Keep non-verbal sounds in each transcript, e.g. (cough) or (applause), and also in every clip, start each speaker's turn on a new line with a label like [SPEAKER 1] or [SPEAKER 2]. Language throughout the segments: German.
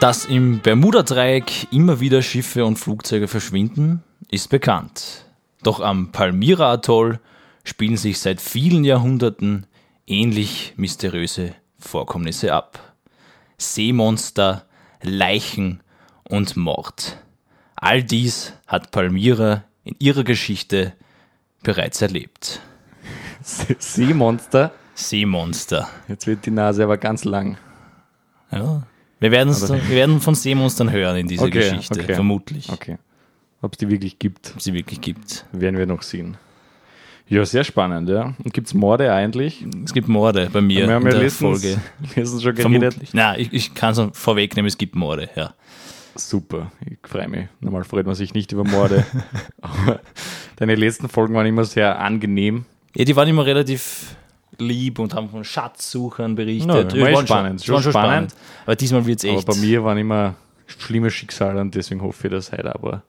[SPEAKER 1] Dass im Bermuda-Dreieck immer wieder Schiffe und Flugzeuge verschwinden, ist bekannt. Doch am Palmyra-Atoll spielen sich seit vielen Jahrhunderten ähnlich mysteriöse Vorkommnisse ab. Seemonster, Leichen und Mord. All dies hat Palmyra in ihrer Geschichte bereits erlebt.
[SPEAKER 2] Seemonster.
[SPEAKER 1] Seemonster.
[SPEAKER 2] Jetzt wird die Nase aber ganz lang.
[SPEAKER 1] Ja. Wir, werden's dann, wir werden von Seemonstern hören in dieser
[SPEAKER 2] Okay,
[SPEAKER 1] Geschichte,
[SPEAKER 2] okay.
[SPEAKER 1] vermutlich.
[SPEAKER 2] Okay. Ob es die wirklich gibt,
[SPEAKER 1] Ob sie wirklich gibt.
[SPEAKER 2] werden wir noch sehen. Ja, sehr spannend, ja. Und gibt es Morde eigentlich?
[SPEAKER 1] Es gibt Morde bei mir
[SPEAKER 2] wir haben
[SPEAKER 1] in
[SPEAKER 2] ja
[SPEAKER 1] der
[SPEAKER 2] letztens,
[SPEAKER 1] Folge.
[SPEAKER 2] letztens schon geredet.
[SPEAKER 1] Vermutlich. Nein, ich, ich kann es vorwegnehmen, es gibt Morde, ja.
[SPEAKER 2] Super, ich freue mich. Normal freut man sich nicht
[SPEAKER 1] (laughs)
[SPEAKER 2] über Morde. Aber deine letzten Folgen waren immer sehr angenehm.
[SPEAKER 1] Ja, die waren immer relativ lieb und haben von Schatzsuchern berichtet.
[SPEAKER 2] Na,
[SPEAKER 1] Ja, die
[SPEAKER 2] war eh
[SPEAKER 1] waren
[SPEAKER 2] spannend,
[SPEAKER 1] die
[SPEAKER 2] schon
[SPEAKER 1] waren schon
[SPEAKER 2] spannend.
[SPEAKER 1] spannend. Aber diesmal wird es echt.
[SPEAKER 2] Aber bei mir waren immer schlimme Schicksale und deswegen hoffe ich, dass heute aber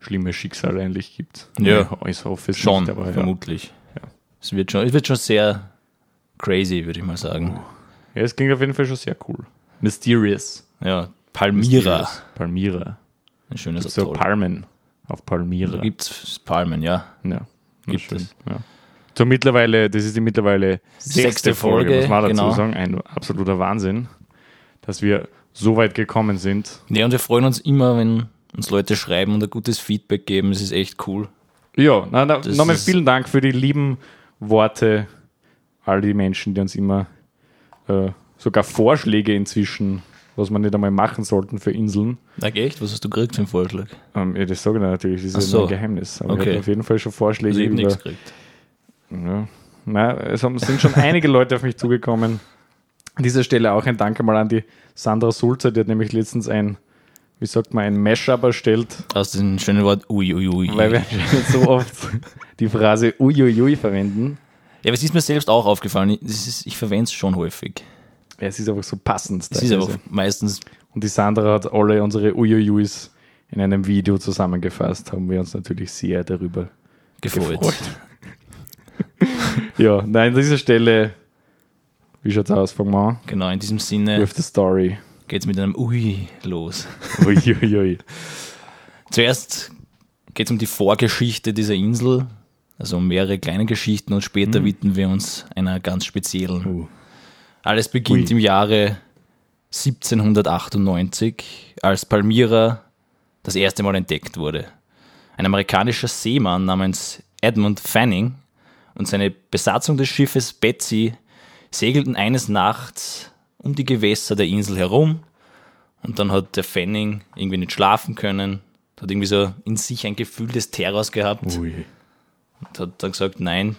[SPEAKER 2] schlimme Schicksale eigentlich gibt.
[SPEAKER 1] Ja.
[SPEAKER 2] ich hoffe es
[SPEAKER 1] schon,
[SPEAKER 2] nicht, aber ja.
[SPEAKER 1] vermutlich. Es, wird schon, es wird schon sehr crazy, würde ich mal sagen.
[SPEAKER 2] ja, es ging auf jeden Fall schon sehr cool. Mysterious.
[SPEAKER 1] Ja, Palmyra.
[SPEAKER 2] Mysterious. Palmyra.
[SPEAKER 1] Ein schönes
[SPEAKER 2] So
[SPEAKER 1] Atoll.
[SPEAKER 2] Palmen auf Palmyra.
[SPEAKER 1] Da gibt es Palmen, ja.
[SPEAKER 2] ja, na
[SPEAKER 1] gibt
[SPEAKER 2] schön,
[SPEAKER 1] es.
[SPEAKER 2] Ja. So mittlerweile, das ist die mittlerweile sechste,
[SPEAKER 1] Sechste
[SPEAKER 2] Folge,
[SPEAKER 1] Folge,
[SPEAKER 2] muss man dazu
[SPEAKER 1] genau.
[SPEAKER 2] sagen. Ein absoluter Wahnsinn, dass wir so weit gekommen sind.
[SPEAKER 1] Ja, und wir freuen uns immer, wenn uns Leute schreiben und ein gutes Feedback geben. Es ist echt cool.
[SPEAKER 2] Ja, na, na,
[SPEAKER 1] Das
[SPEAKER 2] nochmal
[SPEAKER 1] ist-
[SPEAKER 2] vielen Dank für die lieben Worte. All die Menschen, die uns immer äh, sogar Vorschläge inzwischen, was man nicht einmal machen sollten für Inseln.
[SPEAKER 1] Na, echt? Was hast du gekriegt für einen Vorschlag?
[SPEAKER 2] Ähm, ja, das sage ich natürlich, das
[SPEAKER 1] Ach
[SPEAKER 2] ist
[SPEAKER 1] so.
[SPEAKER 2] ja nur ein Geheimnis. Aber
[SPEAKER 1] Okay.
[SPEAKER 2] ich hab auf jeden Fall schon Vorschläge
[SPEAKER 1] Also eben
[SPEAKER 2] über.
[SPEAKER 1] nichts gekriegt.
[SPEAKER 2] Ja. Na, es haben- sind schon einige Leute auf mich zugekommen. An dieser Stelle auch ein Dank einmal an die Sandra Sulzer, die hat nämlich letztens ein, wie sagt man, ein Mashup erstellt.
[SPEAKER 1] Aus dem schönen Wort ui, ui, ui.
[SPEAKER 2] Weil wir
[SPEAKER 1] Mhm.
[SPEAKER 2] anscheinend (laughs) so oft die Phrase uiuiui verwenden.
[SPEAKER 1] Ja, aber es ist mir selbst auch aufgefallen. Das ist, ich verwende es schon häufig.
[SPEAKER 2] Ja, es ist einfach so passend.
[SPEAKER 1] Es ist
[SPEAKER 2] teilweise.
[SPEAKER 1] aber meistens
[SPEAKER 2] Und die Sandra hat alle unsere Uiuiuis in einem Video zusammengefasst. Haben wir uns natürlich sehr darüber
[SPEAKER 1] gefreut.
[SPEAKER 2] gefreut. ja, nein, an dieser Stelle, wie schaut's aus? Fangen wir an.
[SPEAKER 1] Genau, in diesem Sinne
[SPEAKER 2] With
[SPEAKER 1] (laughs)
[SPEAKER 2] the story.
[SPEAKER 1] geht's mit einem Ui los.
[SPEAKER 2] Uiuiui.
[SPEAKER 1] Zuerst geht's um die Vorgeschichte dieser Insel, also um mehrere kleine Geschichten und später widmen wir uns einer ganz speziellen.
[SPEAKER 2] Uh.
[SPEAKER 1] Alles beginnt
[SPEAKER 2] Ui.
[SPEAKER 1] im Jahre 1798, als Palmyra das erste Mal entdeckt wurde. Ein amerikanischer Seemann namens Edmund Fanning und seine Besatzung des Schiffes Betsy segelten eines Nachts um die Gewässer der Insel herum und dann hat der Fanning irgendwie nicht schlafen können, hat irgendwie so in sich ein Gefühl des Terrors gehabt
[SPEAKER 2] Ui.
[SPEAKER 1] und hat dann gesagt, nein,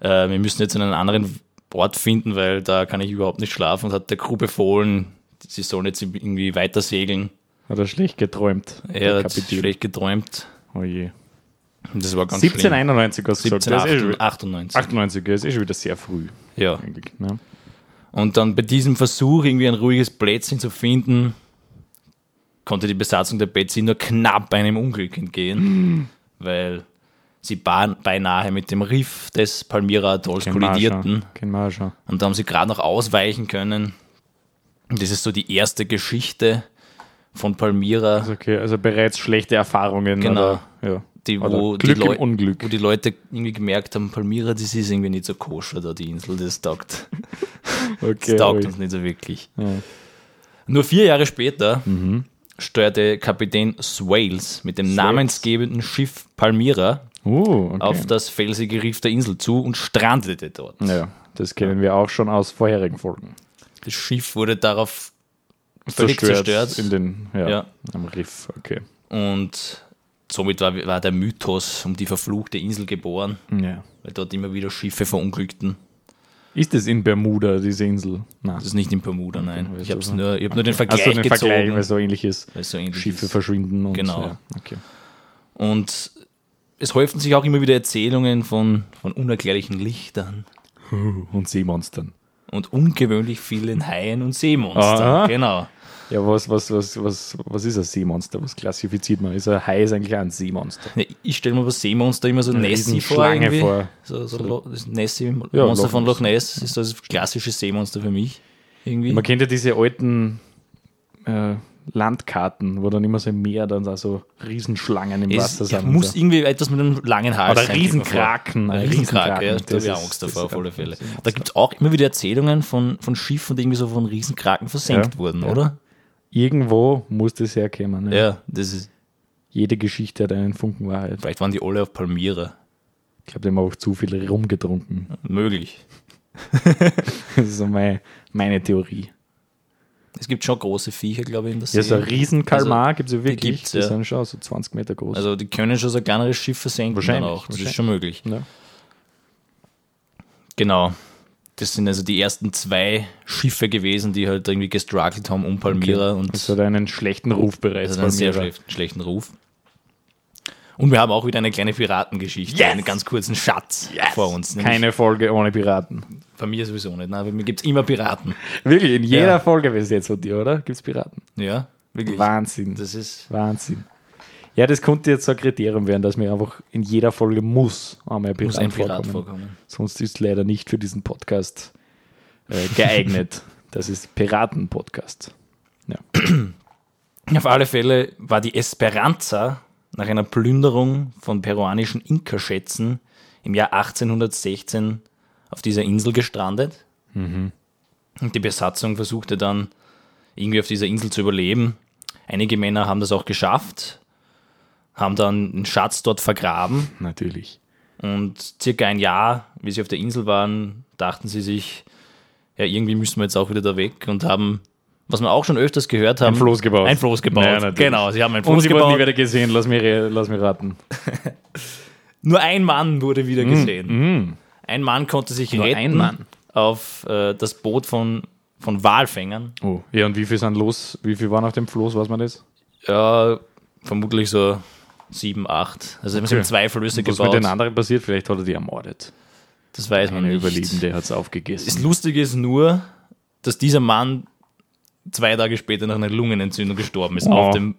[SPEAKER 1] äh, wir müssen jetzt einen anderen Ort finden, weil da kann ich überhaupt nicht schlafen und hat der Crew befohlen, sie sollen jetzt irgendwie weiter segeln.
[SPEAKER 2] Hat er schlecht geträumt.
[SPEAKER 1] Er
[SPEAKER 2] der Oh
[SPEAKER 1] hat schlecht geträumt.
[SPEAKER 2] Oje.
[SPEAKER 1] Und das war ganz schlimm.
[SPEAKER 2] 1791 hast du gesagt. Das ist eh schon-
[SPEAKER 1] 1798.
[SPEAKER 2] 98, ja, ist eh schon wieder sehr früh.
[SPEAKER 1] Ja.
[SPEAKER 2] Eigentlich, ne?
[SPEAKER 1] Und dann bei diesem Versuch, irgendwie ein ruhiges Plätzchen zu finden, konnte die Besatzung der Betsy nur knapp einem Unglück entgehen,
[SPEAKER 2] Mhm.
[SPEAKER 1] weil sie ba- beinahe mit dem Riff des Palmyra-Atolls kollidierten.
[SPEAKER 2] Kein Marscher.
[SPEAKER 1] Und da haben sie gerade noch ausweichen können. Und das ist so die erste Geschichte von Palmyra,
[SPEAKER 2] Okay, also bereits schlechte Erfahrungen.
[SPEAKER 1] Genau.
[SPEAKER 2] Oder, ja.
[SPEAKER 1] die,
[SPEAKER 2] Oder
[SPEAKER 1] wo, die
[SPEAKER 2] also Glück im
[SPEAKER 1] Leu-
[SPEAKER 2] Unglück.
[SPEAKER 1] wo die Leute irgendwie gemerkt haben, Palmyra, das ist irgendwie nicht so koscher da, die Insel, das taugt, das
[SPEAKER 2] Okay,
[SPEAKER 1] taugt
[SPEAKER 2] ui.
[SPEAKER 1] uns nicht so wirklich.
[SPEAKER 2] Ja. Mhm.
[SPEAKER 1] Nur vier Jahre später steuerte Kapitän Swales mit dem namensgebenden Schiff Palmyra
[SPEAKER 2] Uh, okay.
[SPEAKER 1] auf das felsige Riff der Insel zu und strandete dort.
[SPEAKER 2] ja, das kennen wir auch schon aus vorherigen Folgen.
[SPEAKER 1] Das Schiff wurde darauf völlig zerstört.
[SPEAKER 2] In den, ja,
[SPEAKER 1] Ja.
[SPEAKER 2] am Riff, okay.
[SPEAKER 1] Und somit war, war der Mythos um die verfluchte Insel geboren,
[SPEAKER 2] Ja.
[SPEAKER 1] weil dort immer wieder Schiffe verunglückten.
[SPEAKER 2] Ist es in Bermuda, diese Insel? Nein.
[SPEAKER 1] Das ist nicht in Bermuda, nein. Ich habe
[SPEAKER 2] also-
[SPEAKER 1] nur, ich hab nur den Vergleich
[SPEAKER 2] Also den
[SPEAKER 1] gezogen.
[SPEAKER 2] Vergleich, weil so ähnlich ist.
[SPEAKER 1] weil es so ähnlich
[SPEAKER 2] Schiffe
[SPEAKER 1] ist.
[SPEAKER 2] verschwinden und
[SPEAKER 1] Genau.
[SPEAKER 2] Ja, okay.
[SPEAKER 1] Und es häuften sich auch immer wieder Erzählungen von, von unerklärlichen Lichtern
[SPEAKER 2] Und Seemonstern.
[SPEAKER 1] und ungewöhnlich vielen Haien und Seemonstern.
[SPEAKER 2] Aha.
[SPEAKER 1] Genau.
[SPEAKER 2] Ja, was, was, was, was, was ist ein Seemonster? Was klassifiziert man? Ist ein Hai ist eigentlich auch ein Seemonster.
[SPEAKER 1] Ich stelle mir bei Seemonster immer so Nessie vor.
[SPEAKER 2] Riesenschlange
[SPEAKER 1] Irgendwie.
[SPEAKER 2] vor.
[SPEAKER 1] So, so Lo- das Nessie, Monster
[SPEAKER 2] Ja, Loch
[SPEAKER 1] von
[SPEAKER 2] Ness.
[SPEAKER 1] Loch Ness, ist das klassische Seemonster für mich. Irgendwie.
[SPEAKER 2] Man kennt ja diese alten äh, Landkarten, wo dann immer so im Meer dann so- so Riesenschlangen im
[SPEAKER 1] Es
[SPEAKER 2] Wasser sind. und
[SPEAKER 1] muss
[SPEAKER 2] so.
[SPEAKER 1] irgendwie etwas mit einem langen Haar
[SPEAKER 2] Oder
[SPEAKER 1] sein, geht mir vor.
[SPEAKER 2] Riesenkraken.
[SPEAKER 1] Ein
[SPEAKER 2] Riesenkraken,
[SPEAKER 1] Riesenkrake, ja, da
[SPEAKER 2] das
[SPEAKER 1] habe ich auch
[SPEAKER 2] ist-
[SPEAKER 1] Angst davor,
[SPEAKER 2] das ist Also
[SPEAKER 1] auf alle
[SPEAKER 2] ein
[SPEAKER 1] Fälle.
[SPEAKER 2] Monster.
[SPEAKER 1] Da gibt es auch immer wieder Erzählungen von, von Schiffen, die irgendwie so von Riesenkraken versenkt
[SPEAKER 2] Ja,
[SPEAKER 1] wurden,
[SPEAKER 2] ja.
[SPEAKER 1] oder?
[SPEAKER 2] Irgendwo muss das herkommen. Ne?
[SPEAKER 1] Ja, das ist,
[SPEAKER 2] Jede Geschichte hat einen Funken Wahrheit.
[SPEAKER 1] vielleicht waren die alle auf Palmyra.
[SPEAKER 2] Ich glaube, die haben auch zu viel rumgetrunken.
[SPEAKER 1] Möglich.
[SPEAKER 2] Das ist so meine, meine Theorie.
[SPEAKER 1] Es gibt schon große Viecher, glaube ich, in der See.
[SPEAKER 2] Ja, so ein Riesenkalmar
[SPEAKER 1] Also,
[SPEAKER 2] gibt es ja wirklich. Die,
[SPEAKER 1] gibt's, ja.
[SPEAKER 2] sind schon so 20 Meter groß.
[SPEAKER 1] Also die können schon so ein kleineres Schiff versenken
[SPEAKER 2] Wahrscheinlich,
[SPEAKER 1] dann auch. Das ist
[SPEAKER 2] wahrscheinlich.
[SPEAKER 1] schon möglich.
[SPEAKER 2] ja.
[SPEAKER 1] Genau. Das sind also die ersten zwei Schiffe gewesen, die halt irgendwie gestruggelt haben um Palmyra und
[SPEAKER 2] Das hat einen schlechten Ruf bereits.
[SPEAKER 1] das hat Also einen sehr
[SPEAKER 2] Palmyra.
[SPEAKER 1] schlecht, schlechten Ruf. Und wir haben auch wieder eine kleine Piratengeschichte,
[SPEAKER 2] Yes!
[SPEAKER 1] einen ganz kurzen Schatz vor uns. nämlich
[SPEAKER 2] Keine Folge ohne Piraten.
[SPEAKER 1] Bei mir sowieso nicht. Nein, bei mir gibt es immer Piraten.
[SPEAKER 2] Wirklich, in jeder
[SPEAKER 1] Ja.
[SPEAKER 2] Folge bis jetzt von dir, oder? Gibt es Piraten?
[SPEAKER 1] Ja, wirklich.
[SPEAKER 2] Wahnsinn.
[SPEAKER 1] Das ist.
[SPEAKER 2] Wahnsinn. Ja, das konnte jetzt so ein Kriterium werden, dass mir einfach in jeder Folge muss einmal ein Pirat,
[SPEAKER 1] Muss ein Pirat
[SPEAKER 2] vorkommen.
[SPEAKER 1] vorkommen.
[SPEAKER 2] Sonst ist es leider nicht für diesen Podcast äh,
[SPEAKER 1] (laughs)
[SPEAKER 2] geeignet. das ist Piraten-Podcast.
[SPEAKER 1] Auf alle Fälle war die Esperanza nach einer Plünderung von peruanischen Inka-Schätzen im Jahr 1816 auf dieser Insel gestrandet. Und die Besatzung versuchte dann irgendwie auf dieser Insel zu überleben. Einige Männer haben das auch geschafft, haben dann einen Schatz dort vergraben
[SPEAKER 2] Natürlich.
[SPEAKER 1] und circa ein Jahr, wie sie auf der Insel waren, dachten sie sich, ja, irgendwie müssen wir jetzt auch wieder da weg und haben, was wir auch schon öfters gehört haben,
[SPEAKER 2] Ein Floß gebaut.
[SPEAKER 1] Ein Floß gebaut.
[SPEAKER 2] Ja, natürlich.
[SPEAKER 1] genau, sie haben ein
[SPEAKER 2] Und
[SPEAKER 1] Floß
[SPEAKER 2] sie wurden nie
[SPEAKER 1] gebaut.
[SPEAKER 2] wieder gesehen, lass mich, re- lass mich raten.
[SPEAKER 1] Nur ein Mann wurde wieder gesehen.
[SPEAKER 2] Mm.
[SPEAKER 1] Ein Mann konnte sich
[SPEAKER 2] Nur
[SPEAKER 1] retten
[SPEAKER 2] ein Mann.
[SPEAKER 1] auf äh, das Boot von, von Walfängern.
[SPEAKER 2] Oh. Ja, und wie viel sind los? Wie viel waren auf dem Floß? Weiß man das?
[SPEAKER 1] Ja, vermutlich so sieben, acht. Also okay. sie haben
[SPEAKER 2] Okay.
[SPEAKER 1] zwei Flöße
[SPEAKER 2] Was mit den
[SPEAKER 1] gebaut.
[SPEAKER 2] anderen passiert? Vielleicht hat er die ermordet.
[SPEAKER 1] Das weiß man
[SPEAKER 2] Eine
[SPEAKER 1] nicht.
[SPEAKER 2] Überlebende hat es
[SPEAKER 1] Das
[SPEAKER 2] aufgegessen.
[SPEAKER 1] Lustige ist nur, dass dieser Mann zwei Tage später nach einer Lungenentzündung gestorben ist.
[SPEAKER 2] Oh.
[SPEAKER 1] Auf dem,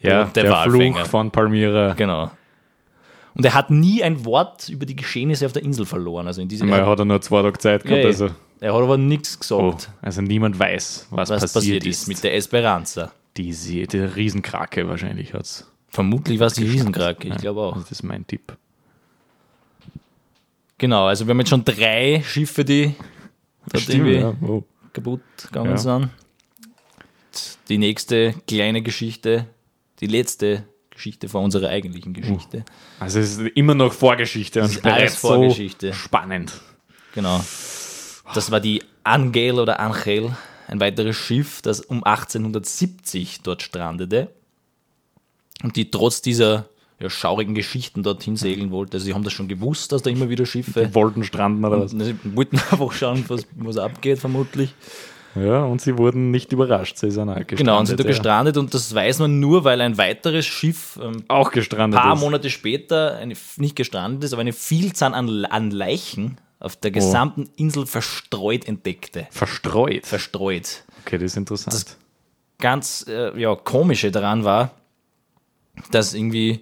[SPEAKER 2] Ja,
[SPEAKER 1] der
[SPEAKER 2] der,
[SPEAKER 1] Walfänger.
[SPEAKER 2] Fluch von Palmyra.
[SPEAKER 1] genau. Und er hat nie ein Wort über die Geschehnisse auf der Insel verloren. Also in diesem
[SPEAKER 2] Mal hat er nur zwei Tage Zeit
[SPEAKER 1] Ja,
[SPEAKER 2] gehabt.
[SPEAKER 1] ja.
[SPEAKER 2] Also,
[SPEAKER 1] Er hat aber nichts gesagt,
[SPEAKER 2] oh, also niemand weiß, was,
[SPEAKER 1] was
[SPEAKER 2] passiert,
[SPEAKER 1] passiert
[SPEAKER 2] ist.
[SPEAKER 1] ist mit der Esperanza.
[SPEAKER 2] Diese, die Riesenkrake wahrscheinlich hat es.
[SPEAKER 1] Vermutlich war es die Riesenkrake, ich glaube auch.
[SPEAKER 2] Das ist mein Tipp.
[SPEAKER 1] Genau, also wir haben jetzt schon drei Schiffe, die dort irgendwie
[SPEAKER 2] ja. oh.
[SPEAKER 1] kaputt gegangen
[SPEAKER 2] Ja.
[SPEAKER 1] sind. Und Die nächste kleine Geschichte, die letzte Geschichte vor unserer eigentlichen
[SPEAKER 2] Uh.
[SPEAKER 1] Geschichte.
[SPEAKER 2] Also es ist immer noch Vorgeschichte und
[SPEAKER 1] ist alles
[SPEAKER 2] so
[SPEAKER 1] Vorgeschichte.
[SPEAKER 2] spannend.
[SPEAKER 1] Genau. Das war die Angel oder Angel, ein weiteres Schiff, das um 1870 dort strandete und die trotz dieser ja, schaurigen Geschichten dorthin segeln wollte. Also sie haben das schon gewusst, dass da immer wieder Schiffe
[SPEAKER 2] Wollten stranden oder was?
[SPEAKER 1] Und Sie wollten (laughs) einfach schauen, was, was abgeht, vermutlich.
[SPEAKER 2] Ja, und sie wurden nicht überrascht. Sie sind auch gestrandet.
[SPEAKER 1] Genau, und sind da
[SPEAKER 2] ja.
[SPEAKER 1] gestrandet und das weiß man nur, weil ein weiteres Schiff ähm,
[SPEAKER 2] Auch gestrandet.
[SPEAKER 1] ein paar
[SPEAKER 2] ist.
[SPEAKER 1] Monate später eine, nicht gestrandet ist, aber eine Vielzahl an, an Leichen auf
[SPEAKER 2] Oh.
[SPEAKER 1] der gesamten Insel verstreut entdeckte.
[SPEAKER 2] Verstreut.
[SPEAKER 1] Verstreut.
[SPEAKER 2] okay, das ist interessant.
[SPEAKER 1] ganz äh, ja, komische daran war, dass irgendwie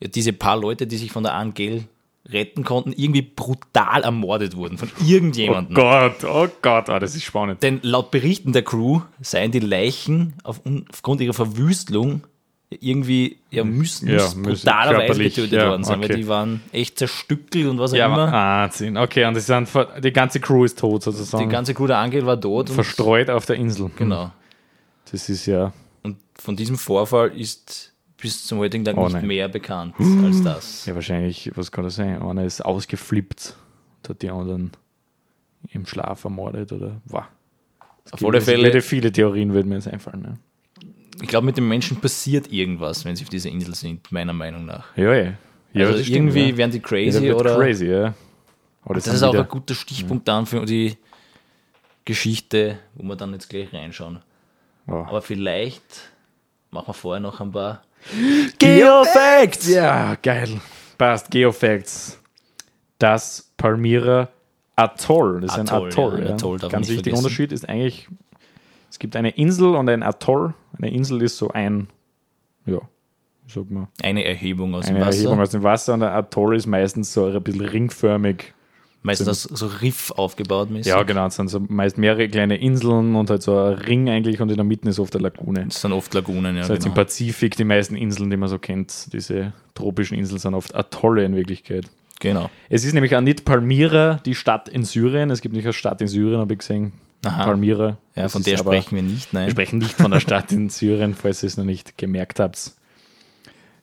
[SPEAKER 1] ja, diese paar Leute, die sich von der Angel retten konnten, irgendwie brutal ermordet wurden von irgendjemandem.
[SPEAKER 2] Gott, oh Gott, ah, das ist spannend.
[SPEAKER 1] Denn laut Berichten der Crew seien die Leichen auf, aufgrund ihrer Verwüstelung irgendwie ja, müssen,
[SPEAKER 2] Hm. Ja,
[SPEAKER 1] müssen
[SPEAKER 2] müssen
[SPEAKER 1] brutalerweise
[SPEAKER 2] körperlich,
[SPEAKER 1] getötet
[SPEAKER 2] ja,
[SPEAKER 1] worden sein, weil
[SPEAKER 2] okay.
[SPEAKER 1] die waren echt zerstückelt und was auch
[SPEAKER 2] Ja, aber
[SPEAKER 1] immer.
[SPEAKER 2] Wahnsinn. Okay, und die, sind, ver- die ganze Crew ist tot sozusagen.
[SPEAKER 1] Die ganze Crew der Angel war tot. Und,
[SPEAKER 2] Verstreut auf der Insel. Hm.
[SPEAKER 1] genau.
[SPEAKER 2] Das ist ja.
[SPEAKER 1] Und von diesem Vorfall ist bis zum heutigen Tag
[SPEAKER 2] Oh
[SPEAKER 1] nicht
[SPEAKER 2] nein.
[SPEAKER 1] mehr
[SPEAKER 2] (gasps)
[SPEAKER 1] bekannt als das.
[SPEAKER 2] Ja, wahrscheinlich, was kann das sein? Einer ist ausgeflippt und hat die anderen im Schlaf ermordet oder wow.
[SPEAKER 1] Auf alle
[SPEAKER 2] Viele,
[SPEAKER 1] Fälle,
[SPEAKER 2] viele Theorien würden mir jetzt einfallen. Ne?
[SPEAKER 1] ich glaube, mit den Menschen passiert irgendwas, wenn sie auf dieser Insel sind, meiner Meinung nach.
[SPEAKER 2] Ja, ja. ja
[SPEAKER 1] also
[SPEAKER 2] das stimmt,
[SPEAKER 1] irgendwie
[SPEAKER 2] ja.
[SPEAKER 1] werden die
[SPEAKER 2] Jeder
[SPEAKER 1] crazy
[SPEAKER 2] wird
[SPEAKER 1] oder.
[SPEAKER 2] crazy, ja. Oder
[SPEAKER 1] Das ist auch ein guter Stichpunkt dann für die Geschichte, wo wir dann jetzt gleich reinschauen.
[SPEAKER 2] oh.
[SPEAKER 1] Aber vielleicht machen wir vorher noch ein paar.
[SPEAKER 2] Geofacts! Ja, geil. Passt, Geofacts. Das Palmyra Atoll. Das ist ein
[SPEAKER 1] Atoll,
[SPEAKER 2] Atoll.
[SPEAKER 1] ja, ein
[SPEAKER 2] ja.
[SPEAKER 1] Atoll darf man
[SPEAKER 2] Ganz
[SPEAKER 1] nicht
[SPEAKER 2] wichtiger
[SPEAKER 1] vergessen.
[SPEAKER 2] Unterschied ist eigentlich, es gibt eine Insel und ein Atoll. Eine Insel ist so ein, ja, wie sagt man,
[SPEAKER 1] Eine Erhebung aus
[SPEAKER 2] eine
[SPEAKER 1] dem Wasser.
[SPEAKER 2] Erhebung aus dem Wasser und ein Atoll ist meistens so ein bisschen ringförmig
[SPEAKER 1] Meistens so Riff aufgebaut mäßig.
[SPEAKER 2] Ja, genau. Es sind so meist mehrere kleine Inseln und halt so ein Ring eigentlich und in der Mitte ist oft eine Lagune.
[SPEAKER 1] Das sind oft Lagunen, ja.
[SPEAKER 2] Das heißt, im
[SPEAKER 1] genau.
[SPEAKER 2] Pazifik, die meisten Inseln, die man so kennt, diese tropischen Inseln, sind oft Atolle in Wirklichkeit.
[SPEAKER 1] genau.
[SPEAKER 2] Es ist nämlich auch nicht Palmyra, die Stadt in Syrien. Es gibt nicht eine Stadt in Syrien, habe ich gesehen.
[SPEAKER 1] Aha.
[SPEAKER 2] Palmyra.
[SPEAKER 1] Ja,
[SPEAKER 2] Das
[SPEAKER 1] von
[SPEAKER 2] ist
[SPEAKER 1] der
[SPEAKER 2] aber-
[SPEAKER 1] sprechen wir nicht, nein.
[SPEAKER 2] Wir sprechen nicht von der Stadt in Syrien, falls ihr es noch nicht gemerkt habt.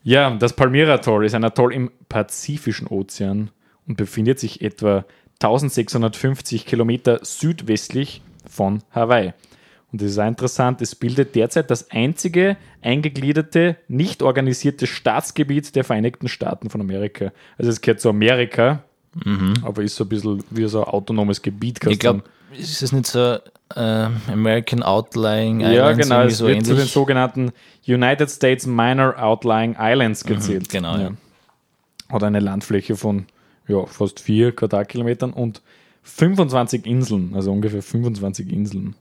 [SPEAKER 2] Ja, das Palmyra-Atoll ist ein Atoll im Pazifischen Ozean und befindet sich etwa 1650 Kilometer südwestlich von Hawaii. Und das ist auch interessant, es bildet derzeit das einzige eingegliederte, nicht organisierte Staatsgebiet der Vereinigten Staaten von Amerika. Also es gehört zu Amerika, aber ist so ein bisschen wie so ein autonomes Gebiet. kannst
[SPEAKER 1] Mhm. Ich glaube,
[SPEAKER 2] du-
[SPEAKER 1] ist es nicht so äh, American Outlying
[SPEAKER 2] Ja,
[SPEAKER 1] Islands
[SPEAKER 2] genau.
[SPEAKER 1] irgendwie
[SPEAKER 2] Es
[SPEAKER 1] so
[SPEAKER 2] wird
[SPEAKER 1] ähnlich?
[SPEAKER 2] zu den sogenannten United States Minor Outlying Islands gezählt.
[SPEAKER 1] genau, ja.
[SPEAKER 2] Hat eine Landfläche von ja, fast 4 Quadratkilometern und 25 Inseln, also ungefähr 25 Inseln.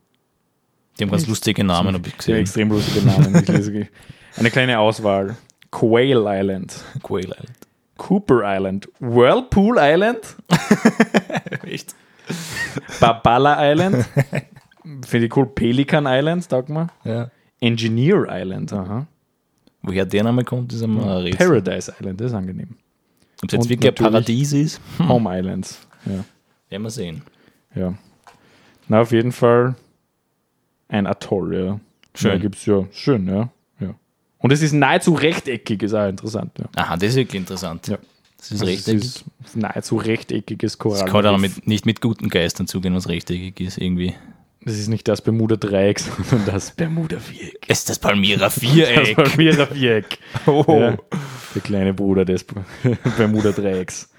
[SPEAKER 1] Die haben ganz lustige Namen, habe ich (laughs)
[SPEAKER 2] Sehr
[SPEAKER 1] gesehen.
[SPEAKER 2] extrem lustige Namen. Ich
[SPEAKER 1] (laughs)
[SPEAKER 2] lese ge- eine kleine Auswahl. Quail Island,
[SPEAKER 1] Quail Island.
[SPEAKER 2] Cooper Island, Whirlpool Island,
[SPEAKER 1] (laughs) Echt?
[SPEAKER 2] Babala Island, finde ich cool, Pelican Island, sag mal.
[SPEAKER 1] Ja.
[SPEAKER 2] Engineer Island, aha.
[SPEAKER 1] Woher der Name kommt, ist einmal ein Rätsel.
[SPEAKER 2] Paradise Island, das ist angenehm.
[SPEAKER 1] Ob es jetzt
[SPEAKER 2] Hm. Und
[SPEAKER 1] wirklich ein
[SPEAKER 2] natürlich-
[SPEAKER 1] Paradies ist,
[SPEAKER 2] Home Islands. Ja.
[SPEAKER 1] werden wir sehen.
[SPEAKER 2] ja. Na, auf jeden Fall ein Atoll, ja.
[SPEAKER 1] Schön.
[SPEAKER 2] Da gibt's ja. Schön, ja. ja. Und es ist nahezu rechteckig, ist auch interessant. Ja.
[SPEAKER 1] Aha, das ist wirklich interessant.
[SPEAKER 2] Ja.
[SPEAKER 1] Das ist
[SPEAKER 2] Also
[SPEAKER 1] rechteckig.
[SPEAKER 2] Es ist nahezu rechteckiges Korall.
[SPEAKER 1] das kann auch mit, nicht mit guten Geistern zugehen, was rechteckig ist irgendwie.
[SPEAKER 2] das ist nicht das Bermuda-Dreieck, (laughs) sondern das Bermuda-Viereck.
[SPEAKER 1] Es ist das Palmyra
[SPEAKER 2] Das
[SPEAKER 1] Viereck.
[SPEAKER 2] Bermuda-Viereck.
[SPEAKER 1] oh.
[SPEAKER 2] (laughs) Ja, der kleine Bruder des (laughs) Bermuda-Dreiecks.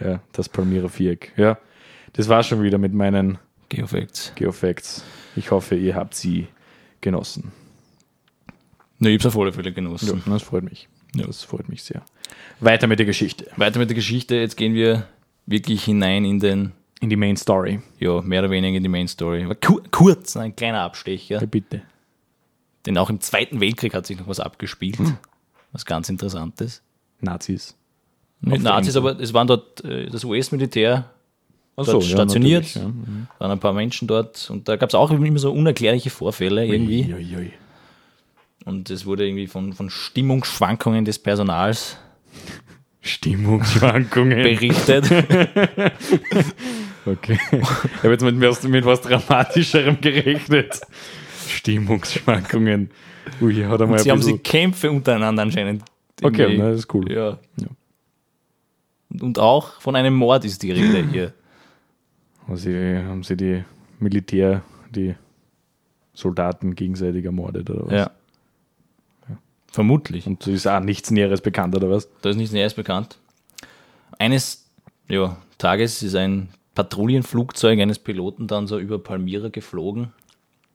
[SPEAKER 2] Ja, das Palmyra-Viereck. Ja, das war schon wieder mit meinen
[SPEAKER 1] Geofacts.
[SPEAKER 2] Geofacts. Ich hoffe, ihr habt sie genossen.
[SPEAKER 1] Ne, ich hab's auf alle Fälle
[SPEAKER 2] Ja,
[SPEAKER 1] genossen.
[SPEAKER 2] das freut mich.
[SPEAKER 1] Ja.
[SPEAKER 2] Das freut mich sehr. Weiter mit der Geschichte.
[SPEAKER 1] Weiter mit der Geschichte. Jetzt gehen wir wirklich hinein in den,
[SPEAKER 2] In die Main Story.
[SPEAKER 1] ja, mehr oder weniger in die Main Story. Aber ku kurz, ein kleiner Abstecher.
[SPEAKER 2] Ja, bitte.
[SPEAKER 1] Denn auch im Zweiten Weltkrieg hat sich noch was abgespielt.
[SPEAKER 2] Hm.
[SPEAKER 1] Was ganz Interessantes.
[SPEAKER 2] Nazis.
[SPEAKER 1] Mit
[SPEAKER 2] Auf
[SPEAKER 1] Nazis,
[SPEAKER 2] Engen.
[SPEAKER 1] aber es waren dort äh, das US-Militär,
[SPEAKER 2] Ach
[SPEAKER 1] dort stationiert,
[SPEAKER 2] natürlich,
[SPEAKER 1] waren ein paar Menschen dort und da gab es auch immer so unerklärliche Vorfälle irgendwie.
[SPEAKER 2] Ja. Ui, ui, ui.
[SPEAKER 1] Und es wurde irgendwie von, von Stimmungsschwankungen des Personals (laughs)
[SPEAKER 2] Stimmungsschwankungen.
[SPEAKER 1] berichtet.
[SPEAKER 2] (laughs) Okay. Ich habe jetzt mit, was- mit was Dramatischerem gerechnet. Stimmungsschwankungen. Ui, hier hat er mal
[SPEAKER 1] Sie
[SPEAKER 2] ein
[SPEAKER 1] haben sie
[SPEAKER 2] bisschen...
[SPEAKER 1] Kämpfe untereinander anscheinend.
[SPEAKER 2] Okay,
[SPEAKER 1] irgendwie-
[SPEAKER 2] na, das ist cool.
[SPEAKER 1] Ja.
[SPEAKER 2] Ja.
[SPEAKER 1] Und- Und auch von einem Mord ist die Rede hier.
[SPEAKER 2] Haben sie, haben sie die Militär, die Soldaten gegenseitig ermordet oder was?
[SPEAKER 1] Ja. Vermutlich.
[SPEAKER 2] Und es ist auch nichts Näheres bekannt oder was?
[SPEAKER 1] Da ist nichts Näheres bekannt. Eines ja, Tages ist ein Patrouillenflugzeug eines Piloten dann so über Palmyra geflogen.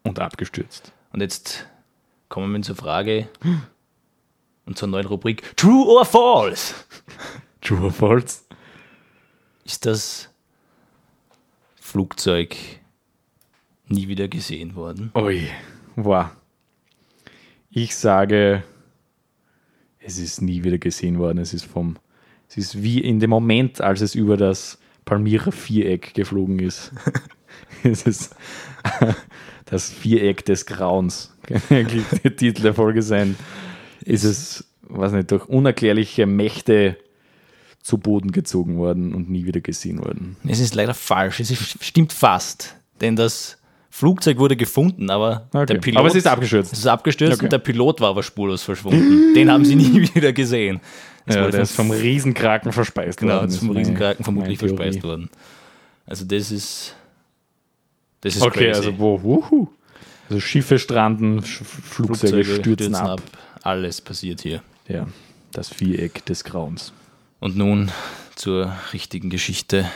[SPEAKER 2] Und abgestürzt.
[SPEAKER 1] Und jetzt kommen wir zur Frage und zur neuen Rubrik True or False.
[SPEAKER 2] True or false?
[SPEAKER 1] Ist das Flugzeug nie wieder gesehen worden?
[SPEAKER 2] Ui, wow. Ich sage, es ist nie wieder gesehen worden. Es ist vom, es ist wie in dem Moment, als es über das Palmyra Viereck geflogen (laughs) ist. es ist das Viereck des Grauens. (laughs) Kann eigentlich der Titel der Folge sein. Ist es, weiß nicht, durch unerklärliche Mächte zu Boden gezogen worden und nie wieder gesehen worden.
[SPEAKER 1] Es ist leider falsch. Es ist, stimmt fast. Denn das Flugzeug wurde gefunden, aber der Pilot.
[SPEAKER 2] Aber es ist
[SPEAKER 1] Es
[SPEAKER 2] abgestürzt.
[SPEAKER 1] ist abgestürzt
[SPEAKER 2] Okay.
[SPEAKER 1] und der Pilot war aber spurlos verschwunden. Den haben sie nie (laughs) wieder gesehen. Es
[SPEAKER 2] Ja,
[SPEAKER 1] wurde
[SPEAKER 2] der ist vom Riesenkraken verspeist
[SPEAKER 1] genau,
[SPEAKER 2] worden.
[SPEAKER 1] ist vom
[SPEAKER 2] Das war meine-
[SPEAKER 1] Riesenkraken vermutlich
[SPEAKER 2] meine Theorie.
[SPEAKER 1] verspeist worden. Also das ist das ist
[SPEAKER 2] Okay,
[SPEAKER 1] crazy.
[SPEAKER 2] also wo, wuhu. Also Schiffe stranden, Sch Flugzeuge, stürzen, ab.
[SPEAKER 1] Alles passiert hier.
[SPEAKER 2] Ja, das Viereck des Grauens.
[SPEAKER 1] Und nun zur richtigen Geschichte.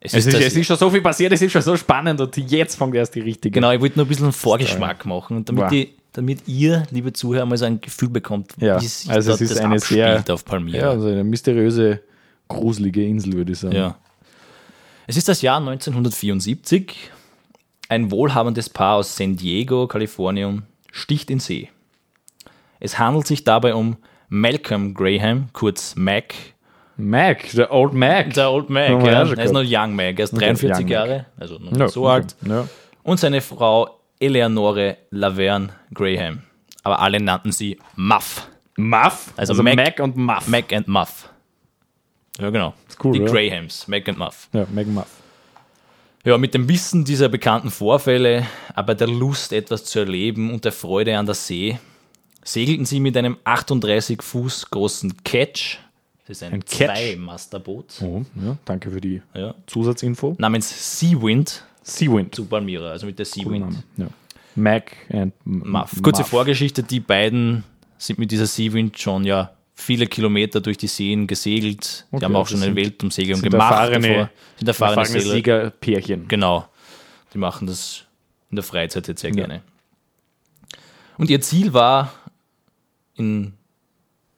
[SPEAKER 2] Es ist,
[SPEAKER 1] das-
[SPEAKER 2] es ist schon so viel passiert, es ist schon so spannend und jetzt fängt erst die richtige.
[SPEAKER 1] genau, ich wollte nur ein bisschen einen Vorgeschmack machen, damit,
[SPEAKER 2] Wow.
[SPEAKER 1] die, damit ihr, liebe Zuhörer, mal so ein Gefühl bekommt,
[SPEAKER 2] Ja,
[SPEAKER 1] wie sich
[SPEAKER 2] also es
[SPEAKER 1] dort
[SPEAKER 2] ist
[SPEAKER 1] das
[SPEAKER 2] eine sehr-
[SPEAKER 1] abspielt auf
[SPEAKER 2] Ja,
[SPEAKER 1] Palmyra.
[SPEAKER 2] also eine mysteriöse, gruselige Insel, würde ich sagen.
[SPEAKER 1] Ja. Es ist das Jahr 1974. Ein wohlhabendes Paar aus San Diego, Kalifornien, sticht in See. Es handelt sich dabei um Malcolm Graham, kurz Mac,
[SPEAKER 2] Mac, der Old Mac.
[SPEAKER 1] Der Old Mac,
[SPEAKER 2] Oh,
[SPEAKER 1] ja.
[SPEAKER 2] ja, schon
[SPEAKER 1] Er ist noch
[SPEAKER 2] gut.
[SPEAKER 1] Young Mac, er ist
[SPEAKER 2] Okay,
[SPEAKER 1] 43
[SPEAKER 2] Young
[SPEAKER 1] Jahre, also noch nicht
[SPEAKER 2] Ja,
[SPEAKER 1] so
[SPEAKER 2] okay.
[SPEAKER 1] alt.
[SPEAKER 2] Ja.
[SPEAKER 1] Und seine Frau Eleonore Laverne Graham. Aber alle nannten sie Muff.
[SPEAKER 2] Muff,
[SPEAKER 1] Also
[SPEAKER 2] also,
[SPEAKER 1] Mac-
[SPEAKER 2] Mac, und Muff.
[SPEAKER 1] Mac and Muff. Ja, genau.
[SPEAKER 2] Ist cool,
[SPEAKER 1] Die
[SPEAKER 2] oder?
[SPEAKER 1] Grahams, Mac and Muff.
[SPEAKER 2] Ja, Mac und Muff.
[SPEAKER 1] Ja, mit dem Wissen dieser bekannten Vorfälle, aber der Lust, etwas zu erleben und der Freude an der See, segelten sie mit einem 38 Fuß großen Catch, das ist ein,
[SPEAKER 2] Ein Catch?
[SPEAKER 1] Zweimasterboot,
[SPEAKER 2] Oh, ja, danke für die
[SPEAKER 1] ja,
[SPEAKER 2] Zusatzinfo.
[SPEAKER 1] namens Seawind
[SPEAKER 2] Seawind.
[SPEAKER 1] zu Palmyra, also mit der
[SPEAKER 2] Cooler
[SPEAKER 1] Seawind.
[SPEAKER 2] Name. Ja. Mac and M-
[SPEAKER 1] Muff. Kurze
[SPEAKER 2] Muff.
[SPEAKER 1] Vorgeschichte, die beiden sind mit dieser Seawind schon ja viele Kilometer durch die Seen gesegelt, die
[SPEAKER 2] Okay,
[SPEAKER 1] haben auch
[SPEAKER 2] also
[SPEAKER 1] schon eine
[SPEAKER 2] sind-
[SPEAKER 1] Weltumsegelung
[SPEAKER 2] sind
[SPEAKER 1] gemacht.
[SPEAKER 2] erfahrene-
[SPEAKER 1] davor. sind erfahrene,
[SPEAKER 2] Erfahrenes
[SPEAKER 1] Segler.
[SPEAKER 2] Siegerpärchen.
[SPEAKER 1] Genau. Die machen das in der Freizeit jetzt sehr gerne. Und ihr Ziel war, in,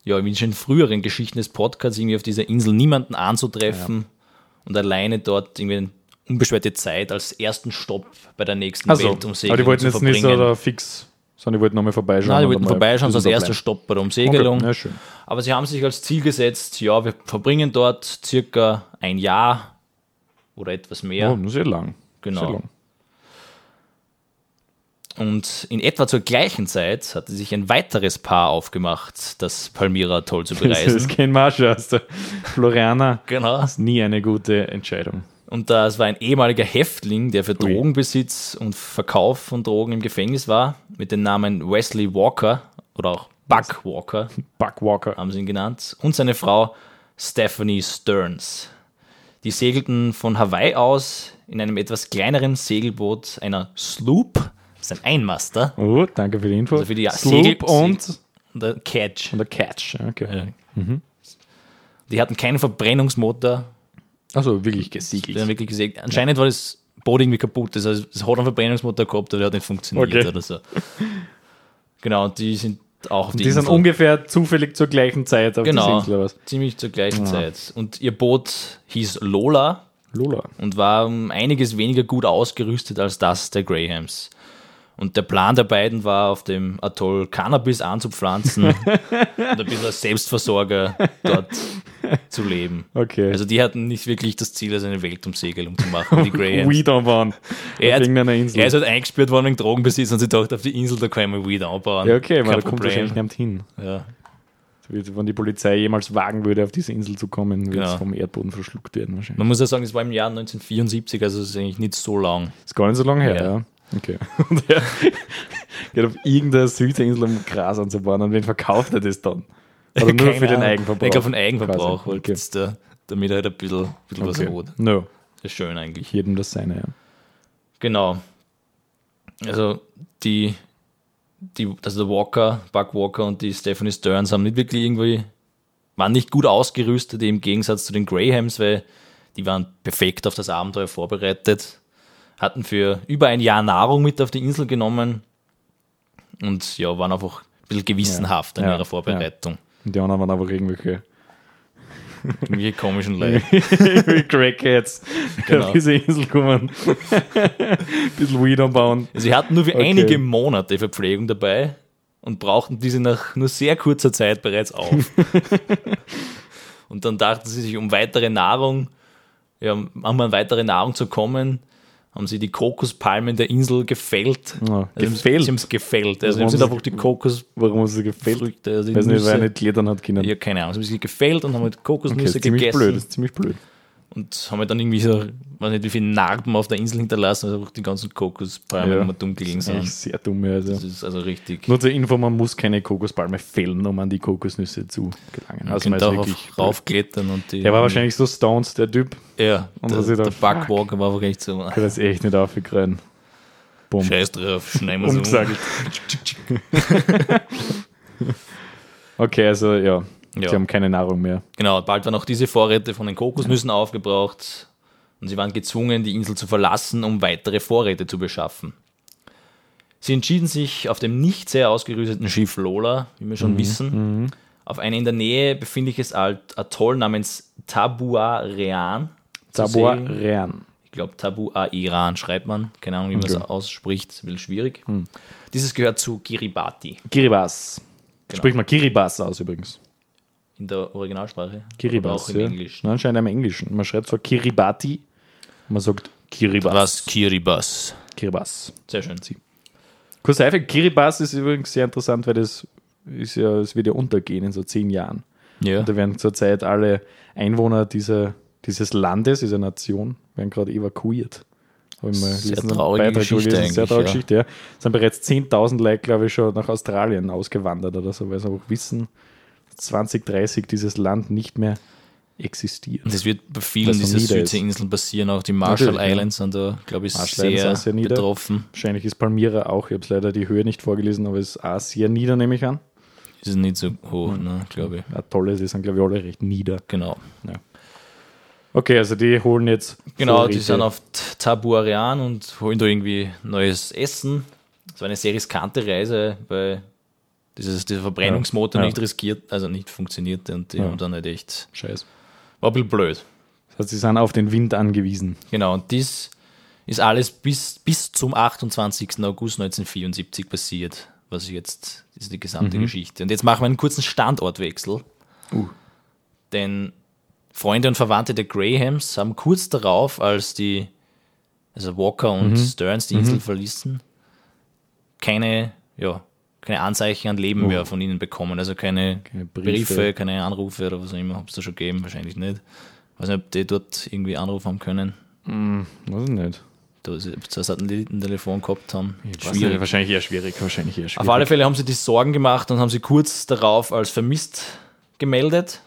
[SPEAKER 1] ja, wie schon in früheren Geschichten des Podcasts, irgendwie auf dieser Insel niemanden anzutreffen und alleine dort irgendwie eine unbeschwerte Zeit als ersten Stopp bei der nächsten
[SPEAKER 2] Also,
[SPEAKER 1] Weltumsegelung
[SPEAKER 2] aber die wollten
[SPEAKER 1] zu
[SPEAKER 2] jetzt
[SPEAKER 1] verbringen.
[SPEAKER 2] nicht so da fix, sondern die wollten nochmal vorbeischauen.
[SPEAKER 1] Nein, die
[SPEAKER 2] und
[SPEAKER 1] wollten
[SPEAKER 2] einmal
[SPEAKER 1] vorbeischauen, so als
[SPEAKER 2] bisschen
[SPEAKER 1] erster
[SPEAKER 2] bleiben.
[SPEAKER 1] Stopp bei der Umsegelung.
[SPEAKER 2] Okay, na schön.
[SPEAKER 1] um Aber sie haben sich als Ziel gesetzt, ja, wir verbringen dort circa ein Jahr oder etwas mehr.
[SPEAKER 2] Oh, nur sehr lang.
[SPEAKER 1] Genau.
[SPEAKER 2] Sehr lang. Oh.
[SPEAKER 1] Und in etwa zur gleichen Zeit hatte sich ein weiteres Paar aufgemacht, das Palmyra Atoll zu
[SPEAKER 2] Das (laughs) ist
[SPEAKER 1] bereisen.
[SPEAKER 2] kein Marsch, hast du. Floriana.
[SPEAKER 1] genau.
[SPEAKER 2] ist nie eine gute Entscheidung.
[SPEAKER 1] Und das war ein ehemaliger Häftling, der für Drogenbesitz und Verkauf von Drogen im Gefängnis war, mit dem Namen Wesley Walker oder auch Buck Walker
[SPEAKER 2] Buckwalker.
[SPEAKER 1] haben sie ihn genannt, und seine Frau Stephanie Stearns. Die segelten von Hawaii aus in einem etwas kleineren Segelboot, einer Sloop, das ist ein Einmaster,
[SPEAKER 2] Oh, danke für die Info.
[SPEAKER 1] Also für die
[SPEAKER 2] Sloop
[SPEAKER 1] Segel-
[SPEAKER 2] und,
[SPEAKER 1] und der Catch. Mhm.
[SPEAKER 2] und der Catch. ja, Okay.
[SPEAKER 1] Die hatten keinen Verbrennungsmotor,
[SPEAKER 2] Also wirklich
[SPEAKER 1] Die
[SPEAKER 2] gesiegelt.
[SPEAKER 1] haben wirklich gesehen, anscheinend war das Boot irgendwie kaputt. Das heißt, es hat einen Verbrennungsmotor gehabt, aber der hat nicht funktioniert
[SPEAKER 2] Okay.
[SPEAKER 1] oder so. Genau, und die sind auch auf die,
[SPEAKER 2] Die sind
[SPEAKER 1] Insel.
[SPEAKER 2] ungefähr zufällig zur gleichen Zeit auf
[SPEAKER 1] Genau.
[SPEAKER 2] die Insel. oder Was.
[SPEAKER 1] Ziemlich zur gleichen Zeit. Und ihr Boot hieß Lola
[SPEAKER 2] Lola.
[SPEAKER 1] und war um einiges weniger gut ausgerüstet als das der Grahams. Und der Plan der beiden war, auf dem Atoll Cannabis
[SPEAKER 2] (laughs)
[SPEAKER 1] anzupflanzen und ein bisschen als Selbstversorger dort zu leben.
[SPEAKER 2] Okay.
[SPEAKER 1] Also die hatten nicht wirklich das Ziel, also eine Weltumsegelung zu machen,
[SPEAKER 2] (laughs)
[SPEAKER 1] wie die Grahams.
[SPEAKER 2] We don't want.
[SPEAKER 1] Er
[SPEAKER 2] auf
[SPEAKER 1] hat-
[SPEAKER 2] irgendeiner Insel.
[SPEAKER 1] Er ist halt eingesperrt worden wegen Drogenbesitz und sie dachte, auf die Insel, da kann ich mir wieder anbauen.
[SPEAKER 2] ja, okay,
[SPEAKER 1] Kein
[SPEAKER 2] man kommt wahrscheinlich
[SPEAKER 1] Problem.
[SPEAKER 2] niemand hin.
[SPEAKER 1] Ja.
[SPEAKER 2] Wird, Wenn die Polizei jemals wagen würde, auf diese Insel zu kommen, wird
[SPEAKER 1] Genau.
[SPEAKER 2] es vom Erdboden verschluckt werden wahrscheinlich.
[SPEAKER 1] Man muss ja sagen, das war im Jahr 1974, also das ist eigentlich nicht so lang.
[SPEAKER 2] Ist gar nicht so lange her,
[SPEAKER 1] Ja.
[SPEAKER 2] ja. Okay. (laughs) Und er geht auf irgendeiner Südinsel, um Gras anzubauen. Und wen verkauft er das dann?
[SPEAKER 1] (laughs)
[SPEAKER 2] Oder Also nur
[SPEAKER 1] Keine
[SPEAKER 2] für den
[SPEAKER 1] Ahnung.
[SPEAKER 2] Eigenverbrauch?
[SPEAKER 1] Ich glaube, für den Eigenverbrauch,
[SPEAKER 2] Quasi.
[SPEAKER 1] weil
[SPEAKER 2] Okay.
[SPEAKER 1] jetzt da, damit er halt ein bisschen, bisschen was
[SPEAKER 2] Okay.
[SPEAKER 1] erholt.
[SPEAKER 2] No.
[SPEAKER 1] Ist schön eigentlich.
[SPEAKER 2] Jedem das seine, ja.
[SPEAKER 1] Genau. Also die, die, also der Walker, Buck Walker und die Stephanie Stearns haben nicht wirklich irgendwie, waren nicht gut ausgerüstet im Gegensatz zu den Grahams, weil die waren perfekt auf das Abenteuer vorbereitet, hatten für über ein Jahr Nahrung mit auf die Insel genommen und ja, waren einfach ein bisschen gewissenhaft in
[SPEAKER 2] Ja,
[SPEAKER 1] ihrer
[SPEAKER 2] ja.
[SPEAKER 1] Vorbereitung.
[SPEAKER 2] Und die anderen waren
[SPEAKER 1] (laughs)
[SPEAKER 2] einfach irgendwelche (laughs)
[SPEAKER 1] Irgendwelche komischen Leute.
[SPEAKER 2] Crackheads, die
[SPEAKER 1] Genau.
[SPEAKER 2] auf diese Insel kommen. (laughs) bisschen Weed anbauen.
[SPEAKER 1] Sie Also hatten nur für
[SPEAKER 2] Okay.
[SPEAKER 1] einige Monate Verpflegung dabei und brauchten diese nach nur sehr kurzer Zeit bereits
[SPEAKER 2] (laughs)
[SPEAKER 1] auf. und dann dachten sie sich, um weitere Nahrung, ja, um an weitere Nahrung zu kommen, haben sie die Kokospalmen der Insel gefällt.
[SPEAKER 2] Ja,
[SPEAKER 1] Also
[SPEAKER 2] gefällt?
[SPEAKER 1] Sie haben es gefällt. Also
[SPEAKER 2] Warum
[SPEAKER 1] sie
[SPEAKER 2] haben
[SPEAKER 1] haben
[SPEAKER 2] sie-
[SPEAKER 1] einfach die Kokospalmen.
[SPEAKER 2] Warum ist es gefällt?
[SPEAKER 1] Also die
[SPEAKER 2] Weiß nicht,
[SPEAKER 1] Nüsse-
[SPEAKER 2] weil er nicht klettern hat können.
[SPEAKER 1] ja, keine Ahnung. Sie haben sie gefällt und haben halt
[SPEAKER 2] okay,
[SPEAKER 1] Kokosnüsse
[SPEAKER 2] ist ziemlich
[SPEAKER 1] gegessen
[SPEAKER 2] blöd. Ist ziemlich blöd.
[SPEAKER 1] und haben halt dann irgendwie so, weiß nicht, wie viele Narben auf der Insel hinterlassen, also einfach die ganzen Kokospalmen
[SPEAKER 2] Ja.
[SPEAKER 1] immer dumm gelegen
[SPEAKER 2] Echt
[SPEAKER 1] sind.
[SPEAKER 2] sehr dumm. ja, Also.
[SPEAKER 1] Das ist also richtig.
[SPEAKER 2] Nur zur Info, man muss keine Kokospalme fällen, um an die Kokosnüsse zu gelangen.
[SPEAKER 1] Man
[SPEAKER 2] Also man
[SPEAKER 1] könnte
[SPEAKER 2] ist
[SPEAKER 1] auch
[SPEAKER 2] wirklich
[SPEAKER 1] auf- raufklettern und die.
[SPEAKER 2] Der war wahrscheinlich so stoned, der Typ.
[SPEAKER 1] Ja,
[SPEAKER 2] Und
[SPEAKER 1] der,
[SPEAKER 2] was ich
[SPEAKER 1] der
[SPEAKER 2] da- Genau.
[SPEAKER 1] Bugwalker war wirklich
[SPEAKER 2] (laughs)
[SPEAKER 1] so.
[SPEAKER 2] Ich kann das echt nicht aufgekriegen. Bumm.
[SPEAKER 1] Scheiß drauf, schneiden wir es um. (laughs)
[SPEAKER 2] Umgesagt. okay, also ja.
[SPEAKER 1] Ja.
[SPEAKER 2] Sie haben keine Nahrung mehr.
[SPEAKER 1] Genau, bald waren auch diese Vorräte von den Kokosnüssen aufgebraucht und sie waren gezwungen, die Insel zu verlassen, um weitere Vorräte zu beschaffen. Sie entschieden sich auf dem nicht sehr ausgerüsteten Schiff Lola, wie wir
[SPEAKER 2] Mhm,
[SPEAKER 1] schon wissen, auf ein in der Nähe befindliches Alt Atoll namens Tabuarean. zu
[SPEAKER 2] Tabor
[SPEAKER 1] segeln.
[SPEAKER 2] Rean.
[SPEAKER 1] ich glaube Tabua Iran schreibt man, keine Ahnung, wie man es
[SPEAKER 2] Okay. Hm.
[SPEAKER 1] ausspricht, ist ein bisschen schwierig. Dieses gehört zu Kiribati. Genau.
[SPEAKER 2] Kiribati. Sprich mal Kiribati aus übrigens.
[SPEAKER 1] in der Originalsprache.
[SPEAKER 2] Kiribati.
[SPEAKER 1] Oder auch im
[SPEAKER 2] ja.
[SPEAKER 1] Englischen.
[SPEAKER 2] Nein, anscheinend im Englischen. Man schreibt zwar Kiribati, man sagt Kiribas.
[SPEAKER 1] Was Kiribas.
[SPEAKER 2] Kiribas.
[SPEAKER 1] Sehr schön.
[SPEAKER 2] Kurz einfach, Kiribas ist übrigens sehr interessant, weil das ist ja, es wird ja untergehen in so zehn Jahren.
[SPEAKER 1] Ja.
[SPEAKER 2] Und da werden zurzeit alle Einwohner dieser, dieses Landes, dieser Nation, werden gerade evakuiert. Hab ich mal
[SPEAKER 1] Sehr
[SPEAKER 2] gelesen, einen
[SPEAKER 1] traurige
[SPEAKER 2] Beitrag
[SPEAKER 1] Geschichte
[SPEAKER 2] gelesen, Sehr
[SPEAKER 1] eigentlich,
[SPEAKER 2] traurige
[SPEAKER 1] ja.
[SPEAKER 2] Geschichte, ja. Es sind bereits 10.000 Leute, glaube ich, schon nach Australien ausgewandert oder so, weil sie auch wissen, 2030 dieses Land nicht mehr existiert.
[SPEAKER 1] Und das wird bei vielen
[SPEAKER 2] Weil's noch
[SPEAKER 1] dieser
[SPEAKER 2] nieder ist.
[SPEAKER 1] Südseeinseln passieren, auch die Marshall
[SPEAKER 2] Natürlich, ja.
[SPEAKER 1] Islands sind da, glaube ich,
[SPEAKER 2] Marshall Islands
[SPEAKER 1] sehr
[SPEAKER 2] auch sehr nieder.
[SPEAKER 1] betroffen.
[SPEAKER 2] Wahrscheinlich ist Palmyra auch, ich habe es leider die Höhe nicht vorgelesen, aber es ist auch sehr nieder, nehme ich an.
[SPEAKER 1] Ist nicht so hoch,
[SPEAKER 2] Hm.
[SPEAKER 1] ne, glaube ich.
[SPEAKER 2] Ja, toll, sie sind, glaube ich, alle recht nieder.
[SPEAKER 1] Genau.
[SPEAKER 2] Okay, also die holen jetzt.
[SPEAKER 1] Genau,
[SPEAKER 2] Vorräte.
[SPEAKER 1] die sind auf T- Tabuarean und holen da irgendwie neues Essen. Das war eine sehr riskante Reise, weil dieses, dieser Verbrennungsmotor
[SPEAKER 2] Ja.
[SPEAKER 1] nicht riskiert, also nicht funktioniert und die
[SPEAKER 2] Ja.
[SPEAKER 1] haben dann halt echt,
[SPEAKER 2] Scheiß.
[SPEAKER 1] war ein bisschen blöd.
[SPEAKER 2] Das heißt, sie sind auf den Wind angewiesen.
[SPEAKER 1] Genau, und dies ist alles bis, bis zum 28. August 1974 passiert, was jetzt ist die gesamte Geschichte. Und jetzt machen wir einen kurzen Standortwechsel.
[SPEAKER 2] Mhm. Uh.
[SPEAKER 1] Denn Freunde und Verwandte der Grahams haben kurz darauf, als die, also Walker
[SPEAKER 2] Mhm.
[SPEAKER 1] und Stearns die Insel verließen, keine, ja, keine Anzeichen an Leben mehr von ihnen bekommen. Also keine,
[SPEAKER 2] Uh. Keine Briefe.
[SPEAKER 1] Briefe. keine Anrufe oder was auch immer. Ob es da schon gegeben, wahrscheinlich nicht. Weiß nicht, ob die dort irgendwie Anrufe haben können
[SPEAKER 2] Weiß ich nicht.
[SPEAKER 1] da sie zwei Satellitentelefon gehabt haben.
[SPEAKER 2] Schwierig. Wahrscheinlich eher schwierig. Wahrscheinlich eher schwierig.
[SPEAKER 1] Auf alle Fälle haben sie die Sorgen gemacht und haben sie kurz darauf als vermisst gemeldet.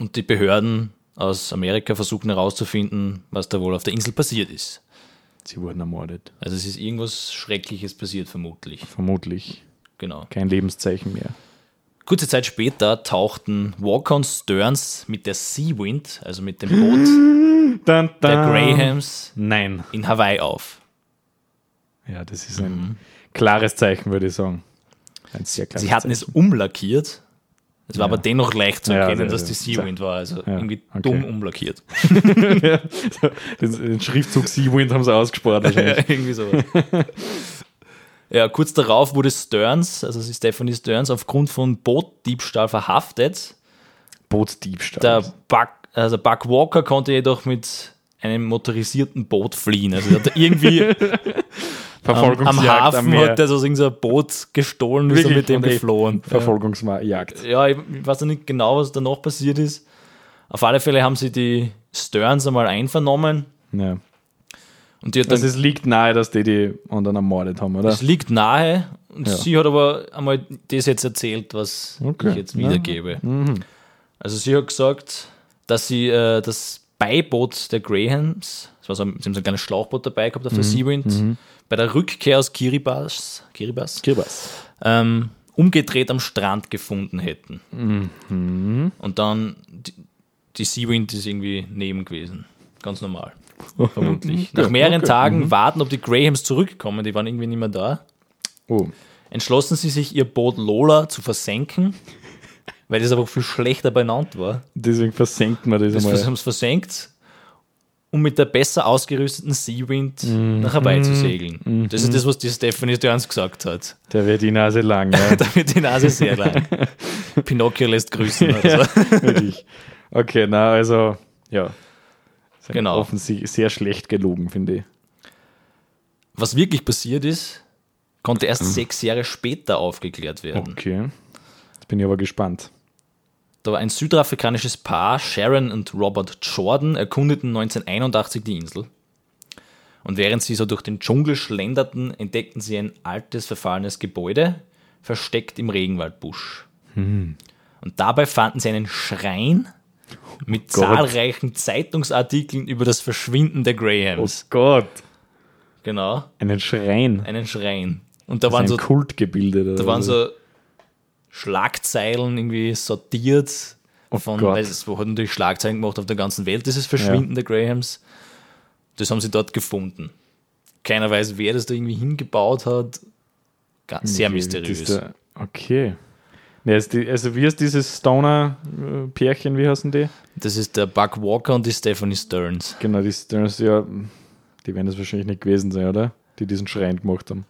[SPEAKER 1] Und die Behörden aus Amerika versuchen herauszufinden, was da wohl auf der Insel passiert ist.
[SPEAKER 2] Sie wurden ermordet.
[SPEAKER 1] Also es ist irgendwas Schreckliches passiert, vermutlich.
[SPEAKER 2] Vermutlich.
[SPEAKER 1] Genau.
[SPEAKER 2] Kein Lebenszeichen mehr.
[SPEAKER 1] Kurze Zeit später tauchten Walker und Stearns mit der Seawind, also mit dem Boot
[SPEAKER 2] Dann,
[SPEAKER 1] der Grahams,
[SPEAKER 2] Nein.
[SPEAKER 1] in Hawaii auf.
[SPEAKER 2] Ja, das ist ein klares Zeichen, würde ich sagen. Ein sehr klares
[SPEAKER 1] Mhm. Also Sie hatten es umlackiert. Es war aber dennoch leicht zu
[SPEAKER 2] Ja,
[SPEAKER 1] erkennen,
[SPEAKER 2] ja,
[SPEAKER 1] dass
[SPEAKER 2] ja.
[SPEAKER 1] die Seawind war. Also irgendwie
[SPEAKER 2] okay.
[SPEAKER 1] dumm umlackiert. (laughs)
[SPEAKER 2] Den, den Schriftzug Sea-Wind haben sie
[SPEAKER 1] (laughs)
[SPEAKER 2] ausgespart. wahrscheinlich.
[SPEAKER 1] irgendwie sowas. ja, kurz darauf wurde Stearns, also sie Stephanie Stearns, aufgrund von Bootdiebstahl verhaftet.
[SPEAKER 2] Bootsdiebstahl.
[SPEAKER 1] Der Buck, also Buck Walker konnte jedoch mit einem motorisierten Boot fliehen. Also er
[SPEAKER 2] (laughs)
[SPEAKER 1] hat irgendwie am, am
[SPEAKER 2] Verfolgungsjagd
[SPEAKER 1] Hafen
[SPEAKER 2] Meer.
[SPEAKER 1] hat er so irgend so ein Boot gestohlen und ist dann
[SPEAKER 2] Wirklich?
[SPEAKER 1] mit dem
[SPEAKER 2] Okay.
[SPEAKER 1] geflohen.
[SPEAKER 2] Verfolgungsjagd.
[SPEAKER 1] ja, ich weiß noch nicht genau, was danach passiert ist. Auf alle Fälle haben sie die Stearns einmal einvernommen
[SPEAKER 2] Ja.
[SPEAKER 1] und die hat dann,
[SPEAKER 2] Also es liegt nahe, dass die die anderen ermordet haben, oder?
[SPEAKER 1] es liegt nahe und
[SPEAKER 2] Ja.
[SPEAKER 1] sie hat aber einmal das jetzt erzählt, was
[SPEAKER 2] Okay. Mhm.
[SPEAKER 1] ich jetzt wiedergebe. Also sie hat gesagt, dass sie äh, das Beiboot der Grahams, das war so, ein- sie haben so ein kleines Schlauchboot dabei gehabt auf
[SPEAKER 2] Mhm.
[SPEAKER 1] der Seawind, bei der Rückkehr aus Kiribati, Kiribati
[SPEAKER 2] Kiribas.
[SPEAKER 1] ähm, umgedreht am Strand gefunden hätten. Und dann die, die Seawind ist irgendwie neben gewesen. Ganz normal. Vermutlich. Nach mehreren Tagen warten, ob die Grahams zurückkommen, die waren irgendwie nicht mehr da,
[SPEAKER 2] Oh.
[SPEAKER 1] entschlossen sie sich, ihr Boot Lola zu versenken, weil das aber viel schlechter benannt war.
[SPEAKER 2] Deswegen versenkt man das,
[SPEAKER 1] Das
[SPEAKER 2] einmal.
[SPEAKER 1] haben sie versenkt, um mit der besser ausgerüsteten Seawind nach Hawaii zu segeln. Das ist das, was die Stephanie Stearns gesagt hat. (laughs)
[SPEAKER 2] Der wird die Nase lang, ja.
[SPEAKER 1] Da wird die Nase sehr lang. Pinocchio lässt grüßen. Also.
[SPEAKER 2] Wirklich. Okay, na, also, ja. Sehr
[SPEAKER 1] Genau.
[SPEAKER 2] Offensichtlich sehr schlecht gelogen, finde ich.
[SPEAKER 1] Was wirklich passiert ist, konnte erst sechs Jahre später aufgeklärt werden.
[SPEAKER 2] Mhm. Okay. Jetzt bin ich aber gespannt.
[SPEAKER 1] Da war ein südafrikanisches Paar, Sharon und Robert Jordan, erkundeten 1981 die Insel. Und während sie so durch den Dschungel schlenderten, entdeckten sie ein altes, verfallenes Gebäude, versteckt im Regenwaldbusch.
[SPEAKER 2] Hm.
[SPEAKER 1] Und dabei fanden sie einen Schrein mit
[SPEAKER 2] Oh Gott.
[SPEAKER 1] zahlreichen Zeitungsartikeln über das Verschwinden der Grahams.
[SPEAKER 2] Gott.
[SPEAKER 1] Genau.
[SPEAKER 2] Einen Schrein.
[SPEAKER 1] einen Schrein. Und da waren
[SPEAKER 2] Oh. Ein
[SPEAKER 1] so,
[SPEAKER 2] Kult gebildet. oder
[SPEAKER 1] da waren
[SPEAKER 2] was?
[SPEAKER 1] so Schlagzeilen irgendwie sortiert. Von,
[SPEAKER 2] Oh Gott.
[SPEAKER 1] weil es wurden natürlich Schlagzeilen gemacht auf der ganzen Welt, dieses Verschwinden der Grahams. Das haben sie dort gefunden. Keiner weiß, wer das da irgendwie hingebaut hat. Ga- Sehr
[SPEAKER 2] Okay, das
[SPEAKER 1] mysteriös.
[SPEAKER 2] ist der- Okay. Ja, ist die, also, wie ist dieses Stoner-Pärchen, wie heißen die?
[SPEAKER 1] das ist der Buck Walker und die Stephanie Stearns.
[SPEAKER 2] Genau, die Stoners, ja, die werden das wahrscheinlich nicht gewesen sein, oder? Die diesen Schrein gemacht haben.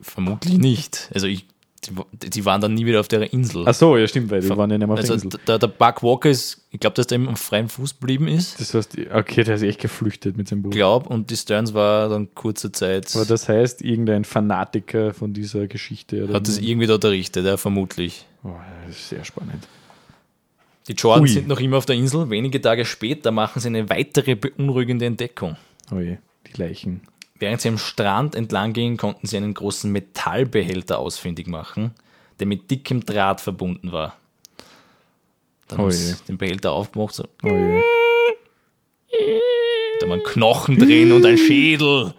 [SPEAKER 1] Vermutlich nicht. Also ich Die, wa- die waren dann nie wieder auf der Insel.
[SPEAKER 2] Ach so, ja, stimmt, weil Also, die waren ja nicht mehr auf der
[SPEAKER 1] Also
[SPEAKER 2] Insel.
[SPEAKER 1] der, der Buck Walker ist, ich glaube, dass der im freien Fuß geblieben ist.
[SPEAKER 2] Das heißt, okay, der ist echt geflüchtet mit seinem Buch.
[SPEAKER 1] Glaub, und die Stearns war dann kurze Zeit,
[SPEAKER 2] Aber das heißt, irgendein Fanatiker von dieser Geschichte. Oder
[SPEAKER 1] hat das irgendwie dort errichtet, ja, vermutlich.
[SPEAKER 2] oh, das ist sehr spannend.
[SPEAKER 1] Die Jordans
[SPEAKER 2] Ui.
[SPEAKER 1] sind noch immer auf der Insel. Wenige Tage später machen sie eine weitere beunruhigende Entdeckung.
[SPEAKER 2] Oh je, die Leichen.
[SPEAKER 1] Während sie am Strand entlang gingen, konnten sie einen großen Metallbehälter ausfindig machen, der mit dickem Draht verbunden war. Dann
[SPEAKER 2] Oh
[SPEAKER 1] haben
[SPEAKER 2] je.
[SPEAKER 1] sie den Behälter aufgemacht, so,
[SPEAKER 2] Oh je.
[SPEAKER 1] da waren Knochen drin und ein Schädel,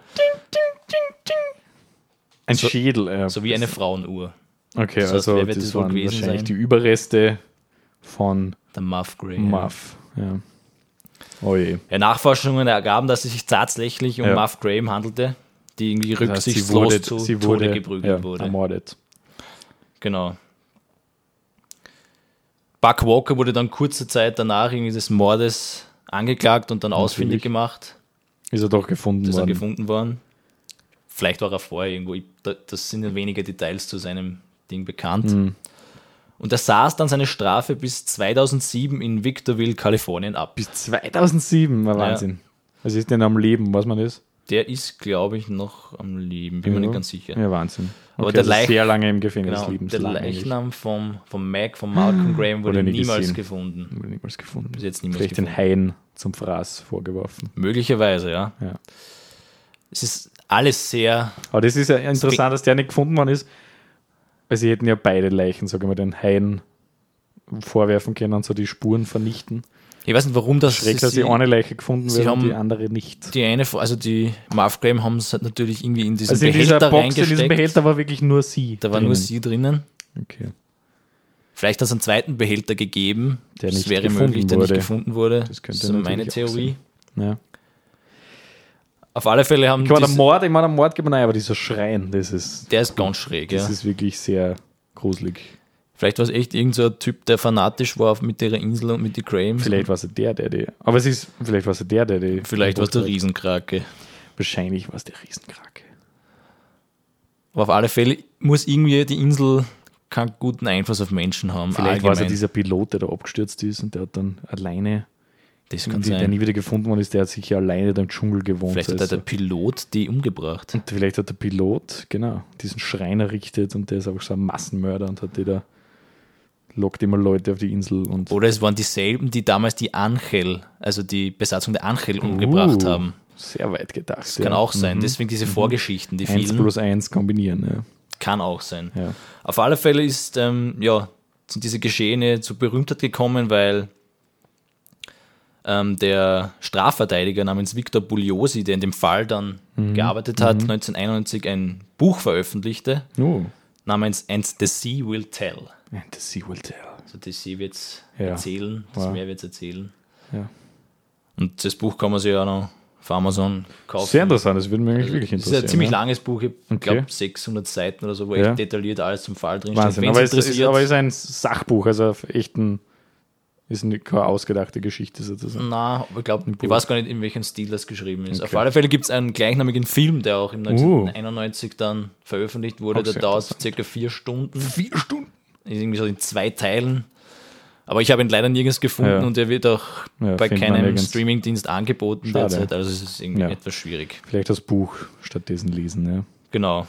[SPEAKER 2] Ein Schädel. Äh,
[SPEAKER 1] so wie eine Frauenuhr.
[SPEAKER 2] okay,
[SPEAKER 1] das heißt,
[SPEAKER 2] also
[SPEAKER 1] wer wird
[SPEAKER 2] das,
[SPEAKER 1] das wohl
[SPEAKER 2] waren
[SPEAKER 1] gewesen
[SPEAKER 2] wahrscheinlich
[SPEAKER 1] sein?
[SPEAKER 2] die Überreste von
[SPEAKER 1] Der Muff Grey.
[SPEAKER 2] Muff. Ja. Oh je.
[SPEAKER 1] Ja, Nachforschungen ergaben, dass es sich tatsächlich um
[SPEAKER 2] Ja.
[SPEAKER 1] Muff Graham handelte, die irgendwie
[SPEAKER 2] Das heißt,
[SPEAKER 1] rücksichtslos zu Tode geprügelt
[SPEAKER 2] ja,
[SPEAKER 1] wurde.
[SPEAKER 2] ermordet.
[SPEAKER 1] Genau. Buck Walker wurde dann kurze Zeit danach irgendwie des Mordes angeklagt und dann ausfindig
[SPEAKER 2] Natürlich.
[SPEAKER 1] gemacht.
[SPEAKER 2] Ist er doch gefunden
[SPEAKER 1] ist dann
[SPEAKER 2] worden.
[SPEAKER 1] gefunden worden. Vielleicht war er vorher irgendwo, ich- da- das sind ja wenige Details zu seinem Ding bekannt.
[SPEAKER 2] Hm.
[SPEAKER 1] Und er saß dann seine Strafe bis 2007 in Victorville, Kalifornien ab.
[SPEAKER 2] Bis 2007 war Wahnsinn. Was ist denn am Leben, was man ist?
[SPEAKER 1] Der ist, glaube ich, noch am Leben, bin mir nicht ganz sicher.
[SPEAKER 2] Ja, Wahnsinn.
[SPEAKER 1] Aber
[SPEAKER 2] Okay,
[SPEAKER 1] der
[SPEAKER 2] also
[SPEAKER 1] Leich-
[SPEAKER 2] sehr lange im Gefängnis
[SPEAKER 1] Genau.
[SPEAKER 2] lebenslang
[SPEAKER 1] Der
[SPEAKER 2] eigentlich.
[SPEAKER 1] Leichnam vom, vom Mac, von
[SPEAKER 2] (gasps)
[SPEAKER 1] Malcolm Graham, wurde
[SPEAKER 2] Wurde nie
[SPEAKER 1] niemals
[SPEAKER 2] gesehen.
[SPEAKER 1] gefunden.
[SPEAKER 2] Wurde niemals gefunden.
[SPEAKER 1] Bis jetzt niemals
[SPEAKER 2] Vielleicht den Haien zum Fraß vorgeworfen.
[SPEAKER 1] Möglicherweise, ja.
[SPEAKER 2] Ja.
[SPEAKER 1] Es ist alles sehr,
[SPEAKER 2] Aber das ist ja interessant, dass der nicht gefunden worden ist, weil sie hätten ja beide Leichen, sagen wir, den Haien vorwerfen können und so die Spuren vernichten.
[SPEAKER 1] ich weiß nicht, warum das
[SPEAKER 2] Schräg, dass sie eine Leiche gefunden
[SPEAKER 1] sie
[SPEAKER 2] wird und
[SPEAKER 1] haben-
[SPEAKER 2] die andere nicht.
[SPEAKER 1] die eine, also die Marv Graham haben es halt natürlich irgendwie in diesen
[SPEAKER 2] Also in
[SPEAKER 1] Behälter
[SPEAKER 2] dieser Box, in
[SPEAKER 1] reingesteckt.
[SPEAKER 2] diesem Behälter war wirklich nur sie.
[SPEAKER 1] da war nur sie drinnen.
[SPEAKER 2] Okay.
[SPEAKER 1] Vielleicht hat es einen zweiten Behälter gegeben.
[SPEAKER 2] Der
[SPEAKER 1] das
[SPEAKER 2] nicht
[SPEAKER 1] wäre
[SPEAKER 2] gefunden
[SPEAKER 1] möglich, der
[SPEAKER 2] wurde.
[SPEAKER 1] nicht gefunden wurde. Das,
[SPEAKER 2] könnte
[SPEAKER 1] ist so meine
[SPEAKER 2] natürlich auch
[SPEAKER 1] Theorie.
[SPEAKER 2] Ja.
[SPEAKER 1] Auf alle Fälle haben
[SPEAKER 2] Ich meine, der
[SPEAKER 1] diese-
[SPEAKER 2] Mord, ich meine, der Mord geht mir rein, aber dieser Schrein, das ist,
[SPEAKER 1] der ist ganz schräg.
[SPEAKER 2] das
[SPEAKER 1] Ja.
[SPEAKER 2] ist wirklich sehr gruselig.
[SPEAKER 1] Vielleicht war es echt irgendein so ein Typ, der fanatisch war auf- mit der Insel und mit den Grahams.
[SPEAKER 2] Vielleicht war es der, der die. Aber es ist, vielleicht war es der, der die.
[SPEAKER 1] Vielleicht war es der Riesenkrake.
[SPEAKER 2] Wahrscheinlich war es der Riesenkrake.
[SPEAKER 1] Aber auf alle Fälle muss irgendwie die Insel keinen guten Einfluss auf Menschen haben.
[SPEAKER 2] Vielleicht war es ja
[SPEAKER 1] allgemein.
[SPEAKER 2] dieser Pilot, der da abgestürzt ist und der hat dann alleine,
[SPEAKER 1] das
[SPEAKER 2] die,
[SPEAKER 1] kann
[SPEAKER 2] der nie
[SPEAKER 1] sein.
[SPEAKER 2] wieder gefunden worden ist, der hat sich ja alleine da im Dschungel gewohnt.
[SPEAKER 1] Vielleicht hat
[SPEAKER 2] Also,
[SPEAKER 1] der Pilot die umgebracht.
[SPEAKER 2] vielleicht hat der Pilot, genau, diesen Schrein errichtet und der ist einfach so ein Massenmörder und hat die da, lockt immer Leute auf die Insel und
[SPEAKER 1] Oder es waren dieselben, die damals die Angel, also die Besatzung der Angel umgebracht
[SPEAKER 2] Uh, Mhm.
[SPEAKER 1] haben.
[SPEAKER 2] Sehr weit gedacht. Das
[SPEAKER 1] Kann auch sein. Deswegen diese Vorgeschichten, die
[SPEAKER 2] Eins
[SPEAKER 1] vielen.
[SPEAKER 2] plus eins kombinieren,
[SPEAKER 1] Kann auch sein.
[SPEAKER 2] ja. ja.
[SPEAKER 1] Auf alle Fälle ist, ähm, ja, sind diese Geschehene zu Berühmtheit gekommen, weil ähm, der Strafverteidiger namens Victor Bugliosi, der in dem Fall dann
[SPEAKER 2] Mhm.
[SPEAKER 1] gearbeitet hat, 1991 ein Buch veröffentlichte,
[SPEAKER 2] Oh.
[SPEAKER 1] namens And the Sea Will Tell.
[SPEAKER 2] And the sea will tell.
[SPEAKER 1] Also die See wird's
[SPEAKER 2] Ja.
[SPEAKER 1] erzählen, das
[SPEAKER 2] Wow.
[SPEAKER 1] Meer wird's erzählen.
[SPEAKER 2] Ja.
[SPEAKER 1] Und das Buch kann man sich auch noch auf Amazon kaufen.
[SPEAKER 2] Sehr interessant, das würde mich wirklich
[SPEAKER 1] Das
[SPEAKER 2] interessieren.
[SPEAKER 1] ist ein ziemlich
[SPEAKER 2] ja.
[SPEAKER 1] langes Buch, ich glaube 600 Seiten oder so, wo
[SPEAKER 2] Ja.
[SPEAKER 1] echt detailliert alles zum Fall drin steht.
[SPEAKER 2] Wahnsinn.
[SPEAKER 1] Wenn's
[SPEAKER 2] Aber es ist,
[SPEAKER 1] interessiert,
[SPEAKER 2] aber es ist ein Sachbuch, also auf echten, ist nicht keine ausgedachte Geschichte sozusagen.
[SPEAKER 1] na, aber ich glaube, ich weiß gar nicht, in welchem Stil das geschrieben ist. Auf
[SPEAKER 2] Okay. Uh.
[SPEAKER 1] alle Fälle gibt es einen gleichnamigen Film, der auch im 1991 dann veröffentlicht wurde.
[SPEAKER 2] Auch
[SPEAKER 1] der
[SPEAKER 2] sehr
[SPEAKER 1] dauert circa vier Stunden, ist
[SPEAKER 2] Vier Stunden.
[SPEAKER 1] irgendwie so in zwei Teilen. Aber ich habe ihn leider nirgends gefunden
[SPEAKER 2] Ja.
[SPEAKER 1] und er wird auch
[SPEAKER 2] Ja,
[SPEAKER 1] bei
[SPEAKER 2] findet man
[SPEAKER 1] keinem
[SPEAKER 2] nirgends.
[SPEAKER 1] Streamingdienst angeboten
[SPEAKER 2] Schade.
[SPEAKER 1] derzeit. Also es ist irgendwie
[SPEAKER 2] Ja.
[SPEAKER 1] etwas schwierig.
[SPEAKER 2] Vielleicht das Buch stattdessen lesen, ja.
[SPEAKER 1] Genau.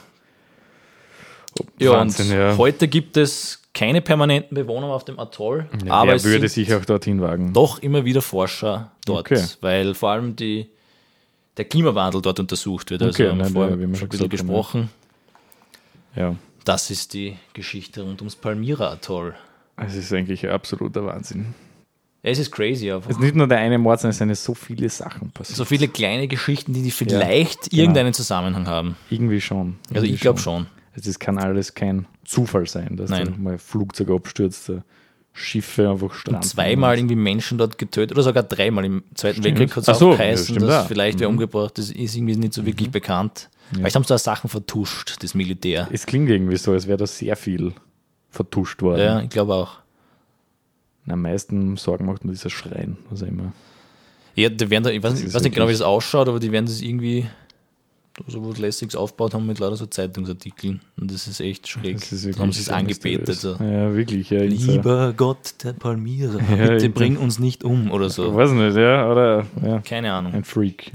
[SPEAKER 1] Ja,
[SPEAKER 2] Wahnsinn,
[SPEAKER 1] und
[SPEAKER 2] ja.
[SPEAKER 1] heute gibt es keine permanenten Bewohner auf dem Atoll, aber
[SPEAKER 2] Aber
[SPEAKER 1] es
[SPEAKER 2] Wer würde
[SPEAKER 1] sind
[SPEAKER 2] sich auch dorthin wagen?
[SPEAKER 1] doch immer wieder Forscher dort,
[SPEAKER 2] Okay.
[SPEAKER 1] weil vor allem die, der Klimawandel dort untersucht wird. Also
[SPEAKER 2] Okay,
[SPEAKER 1] haben wir
[SPEAKER 2] nein,
[SPEAKER 1] vorher
[SPEAKER 2] ja, wie
[SPEAKER 1] schon
[SPEAKER 2] wir
[SPEAKER 1] ein
[SPEAKER 2] schon
[SPEAKER 1] bisschen
[SPEAKER 2] gesagt haben,
[SPEAKER 1] gesprochen.
[SPEAKER 2] Ja.
[SPEAKER 1] Das ist die Geschichte rund ums Palmyra-Atoll.
[SPEAKER 2] Es ist eigentlich ein absoluter Wahnsinn.
[SPEAKER 1] Es ist crazy, aber
[SPEAKER 2] Es ist nicht nur der eine Mord, sondern es sind so viele Sachen passiert.
[SPEAKER 1] so viele kleine Geschichten, die, die vielleicht irgendeinen Zusammenhang haben.
[SPEAKER 2] Irgendwie genau. schon.
[SPEAKER 1] Also
[SPEAKER 2] Irgendwie
[SPEAKER 1] ich glaube schon.
[SPEAKER 2] Also das kann alles kein Zufall sein, dass
[SPEAKER 1] Nein.
[SPEAKER 2] da mal ein Flugzeug abstürzt, da Schiffe einfach stranden.
[SPEAKER 1] Zweimal irgendwie Menschen dort getötet oder sogar dreimal im Zweiten Weltkrieg hat es
[SPEAKER 2] genau. Ach
[SPEAKER 1] auch
[SPEAKER 2] so, ja, Mhm.
[SPEAKER 1] geheißen,
[SPEAKER 2] stimmt
[SPEAKER 1] dass
[SPEAKER 2] auch.
[SPEAKER 1] vielleicht wer umgebracht ist, ist irgendwie nicht so wirklich bekannt. Vielleicht haben sie da Sachen vertuscht, das Militär.
[SPEAKER 2] Es klingt irgendwie so, als wäre da sehr viel vertuscht worden.
[SPEAKER 1] Ja, ich glaube auch.
[SPEAKER 2] Na, Am meisten Sorgen macht mir dieser Schrein, was auch immer.
[SPEAKER 1] Ja, die werden da, ich weiß, nicht- ich
[SPEAKER 2] ist
[SPEAKER 1] weiß nicht genau, wie
[SPEAKER 2] wirklich-
[SPEAKER 1] das ausschaut, aber die werden das irgendwie so was Lässiges aufgebaut haben mit lauter so Zeitungsartikeln. Und das ist echt schräg.
[SPEAKER 2] Das ist
[SPEAKER 1] da haben sie
[SPEAKER 2] wirklich
[SPEAKER 1] es
[SPEAKER 2] sehr
[SPEAKER 1] angebetet.
[SPEAKER 2] mysteriös.
[SPEAKER 1] So.
[SPEAKER 2] Ja, wirklich. Ja,
[SPEAKER 1] Lieber Gott der Palmyra,
[SPEAKER 2] Ja,
[SPEAKER 1] bitte
[SPEAKER 2] irgendein-
[SPEAKER 1] bring uns nicht um oder
[SPEAKER 2] Ich
[SPEAKER 1] so.
[SPEAKER 2] weiß nicht, ja, oder ja,
[SPEAKER 1] Keine Ahnung.
[SPEAKER 2] ein Freak,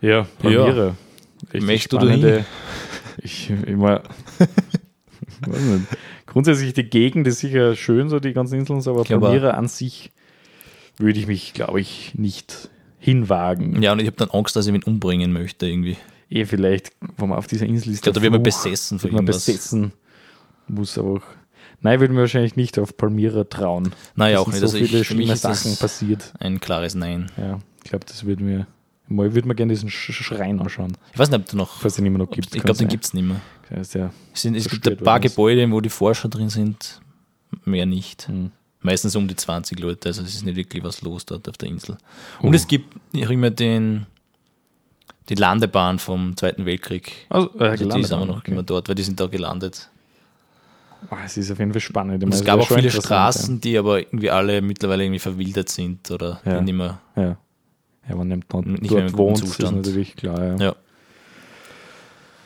[SPEAKER 2] ja. Ja, Premiere. Echt
[SPEAKER 1] Möchtest du
[SPEAKER 2] spannende- (laughs) Ich immer. (laughs) weiß nicht. Grundsätzlich die Gegend ist sicher schön, so die ganzen Inseln, aber
[SPEAKER 1] glaub auch.
[SPEAKER 2] Premiere an sich würde ich mich, glaube ich, nicht hinwagen.
[SPEAKER 1] Ja, und ich habe dann Angst, dass ich ihn umbringen möchte irgendwie.
[SPEAKER 2] Eh, vielleicht, wo man auf dieser Insel ist.
[SPEAKER 1] Ich glaube, da
[SPEAKER 2] der
[SPEAKER 1] wird man
[SPEAKER 2] Fluch.
[SPEAKER 1] besessen von
[SPEAKER 2] Wird man
[SPEAKER 1] irgendwas.
[SPEAKER 2] besetzen. Muss aber auch. Nein, würde mir wahrscheinlich nicht auf Palmyra trauen.
[SPEAKER 1] Naja,
[SPEAKER 2] Da
[SPEAKER 1] auch
[SPEAKER 2] sind
[SPEAKER 1] nicht.
[SPEAKER 2] So
[SPEAKER 1] Also
[SPEAKER 2] viele
[SPEAKER 1] ich, für mich
[SPEAKER 2] schlimme
[SPEAKER 1] ist
[SPEAKER 2] Sachen
[SPEAKER 1] das
[SPEAKER 2] passiert.
[SPEAKER 1] ein klares Nein.
[SPEAKER 2] Ja, ich glaube, das würde mir. Mal würde mir gerne diesen Sch- Schrein anschauen,
[SPEAKER 1] Ich weiß nicht, ob du noch.
[SPEAKER 2] falls den immer noch
[SPEAKER 1] ob-
[SPEAKER 2] gibt.
[SPEAKER 1] Ich glaube, den gibt es nicht mehr.
[SPEAKER 2] es. Ja,
[SPEAKER 1] Es, sind, es
[SPEAKER 2] So
[SPEAKER 1] gibt ein
[SPEAKER 2] spät
[SPEAKER 1] paar
[SPEAKER 2] war das.
[SPEAKER 1] Gebäude, wo die Forscher drin sind, mehr nicht.
[SPEAKER 2] Hm.
[SPEAKER 1] Meistens um die 20 Leute, also es ist nicht wirklich was los dort auf der Insel.
[SPEAKER 2] Oh.
[SPEAKER 1] Und es gibt auch immer den, die Landebahn vom Zweiten Weltkrieg.
[SPEAKER 2] also, äh,
[SPEAKER 1] Also die
[SPEAKER 2] gelandet
[SPEAKER 1] ist aber
[SPEAKER 2] waren,
[SPEAKER 1] noch
[SPEAKER 2] okay.
[SPEAKER 1] immer dort, weil die sind da gelandet.
[SPEAKER 2] Ah, es ist auf jeden Fall spannend. Ich
[SPEAKER 1] Und
[SPEAKER 2] meine,
[SPEAKER 1] es
[SPEAKER 2] das
[SPEAKER 1] gab
[SPEAKER 2] wäre
[SPEAKER 1] auch
[SPEAKER 2] schon
[SPEAKER 1] viele
[SPEAKER 2] interessant,
[SPEAKER 1] Straßen, die aber irgendwie alle mittlerweile irgendwie verwildert sind oder
[SPEAKER 2] Ja.
[SPEAKER 1] die nicht mehr.
[SPEAKER 2] Ja, ja. ja man nimmt dort,
[SPEAKER 1] Nicht mehr im
[SPEAKER 2] dort
[SPEAKER 1] guten
[SPEAKER 2] wohnt, ist
[SPEAKER 1] Zustand.
[SPEAKER 2] natürlich klar. Ja.
[SPEAKER 1] Ja.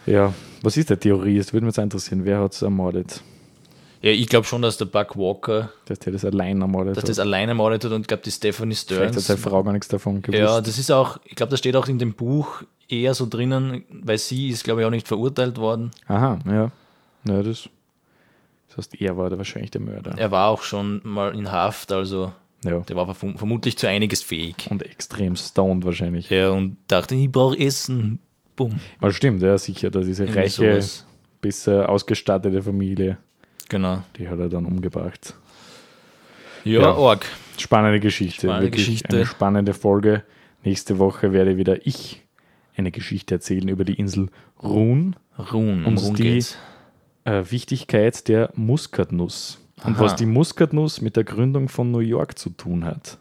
[SPEAKER 2] ja, was ist der Theorie? Das würde mich jetzt auch interessieren. Wer hat es ermordet?
[SPEAKER 1] Ja, ich glaube schon, dass der Buck Walker,
[SPEAKER 2] Dass der das allein ermordet
[SPEAKER 1] dass
[SPEAKER 2] hat.
[SPEAKER 1] das alleine mordet hat und ich glaube, die Stephanie
[SPEAKER 2] Also Vielleicht hat
[SPEAKER 1] Stearns
[SPEAKER 2] seine Frau gar nichts davon gewusst.
[SPEAKER 1] Ja, das ist auch, ich glaube, das steht auch in dem Buch eher so drinnen, weil sie ist, glaube ich, auch nicht verurteilt worden.
[SPEAKER 2] Aha, ja. ja das, das heißt, er war da wahrscheinlich der Mörder.
[SPEAKER 1] Er war auch schon mal in Haft, also
[SPEAKER 2] ja.
[SPEAKER 1] der war verm- vermutlich zu einiges fähig.
[SPEAKER 2] Und extrem stoned wahrscheinlich.
[SPEAKER 1] Ja, und dachte, ich brauche Essen. Bumm.
[SPEAKER 2] Aber stimmt, ja, sicher, dass diese
[SPEAKER 1] Irgendwie
[SPEAKER 2] reiche,
[SPEAKER 1] sowas.
[SPEAKER 2] besser ausgestattete Familie,
[SPEAKER 1] Genau.
[SPEAKER 2] die hat er dann umgebracht.
[SPEAKER 1] Ja,
[SPEAKER 2] Ja.
[SPEAKER 1] arg.
[SPEAKER 2] Spannende Geschichte.
[SPEAKER 1] Spannende
[SPEAKER 2] wirklich
[SPEAKER 1] Geschichte.
[SPEAKER 2] Eine spannende Folge. Nächste Woche werde wieder ich eine Geschichte erzählen über die Insel Run,
[SPEAKER 1] Ruhen, um
[SPEAKER 2] Und
[SPEAKER 1] Ruhen
[SPEAKER 2] die-
[SPEAKER 1] geht's.
[SPEAKER 2] äh, Wichtigkeit der Muskatnuss und
[SPEAKER 1] Aha.
[SPEAKER 2] was die Muskatnuss mit der Gründung von New York zu tun hat.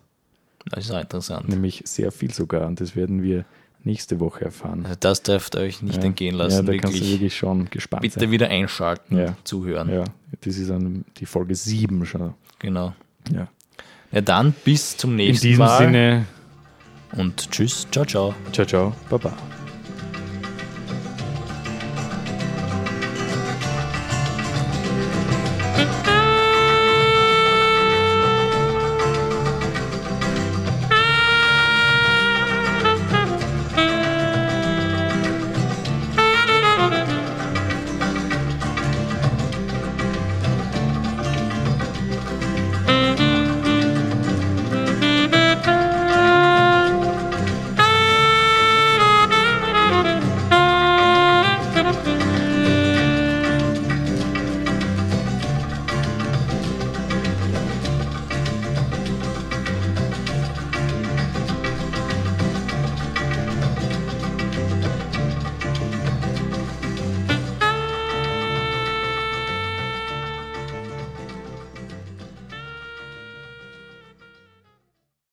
[SPEAKER 1] Das ist auch interessant.
[SPEAKER 2] Nämlich sehr viel sogar und das werden wir nächste Woche erfahren.
[SPEAKER 1] Also das dürft ihr euch nicht entgehen
[SPEAKER 2] ja,
[SPEAKER 1] lassen,
[SPEAKER 2] da kannst du
[SPEAKER 1] wirklich.
[SPEAKER 2] wirklich schon gespannt
[SPEAKER 1] Bitte
[SPEAKER 2] sein.
[SPEAKER 1] wieder einschalten,
[SPEAKER 2] Ja.
[SPEAKER 1] zuhören.
[SPEAKER 2] Ja, das ist dann die Folge 7 schon.
[SPEAKER 1] Genau.
[SPEAKER 2] Ja.
[SPEAKER 1] Ja, dann bis zum
[SPEAKER 2] In
[SPEAKER 1] nächsten
[SPEAKER 2] diesem
[SPEAKER 1] Mal.
[SPEAKER 2] Sinne,
[SPEAKER 1] Und tschüss, ciao, ciao.
[SPEAKER 2] ciao, ciao, baba.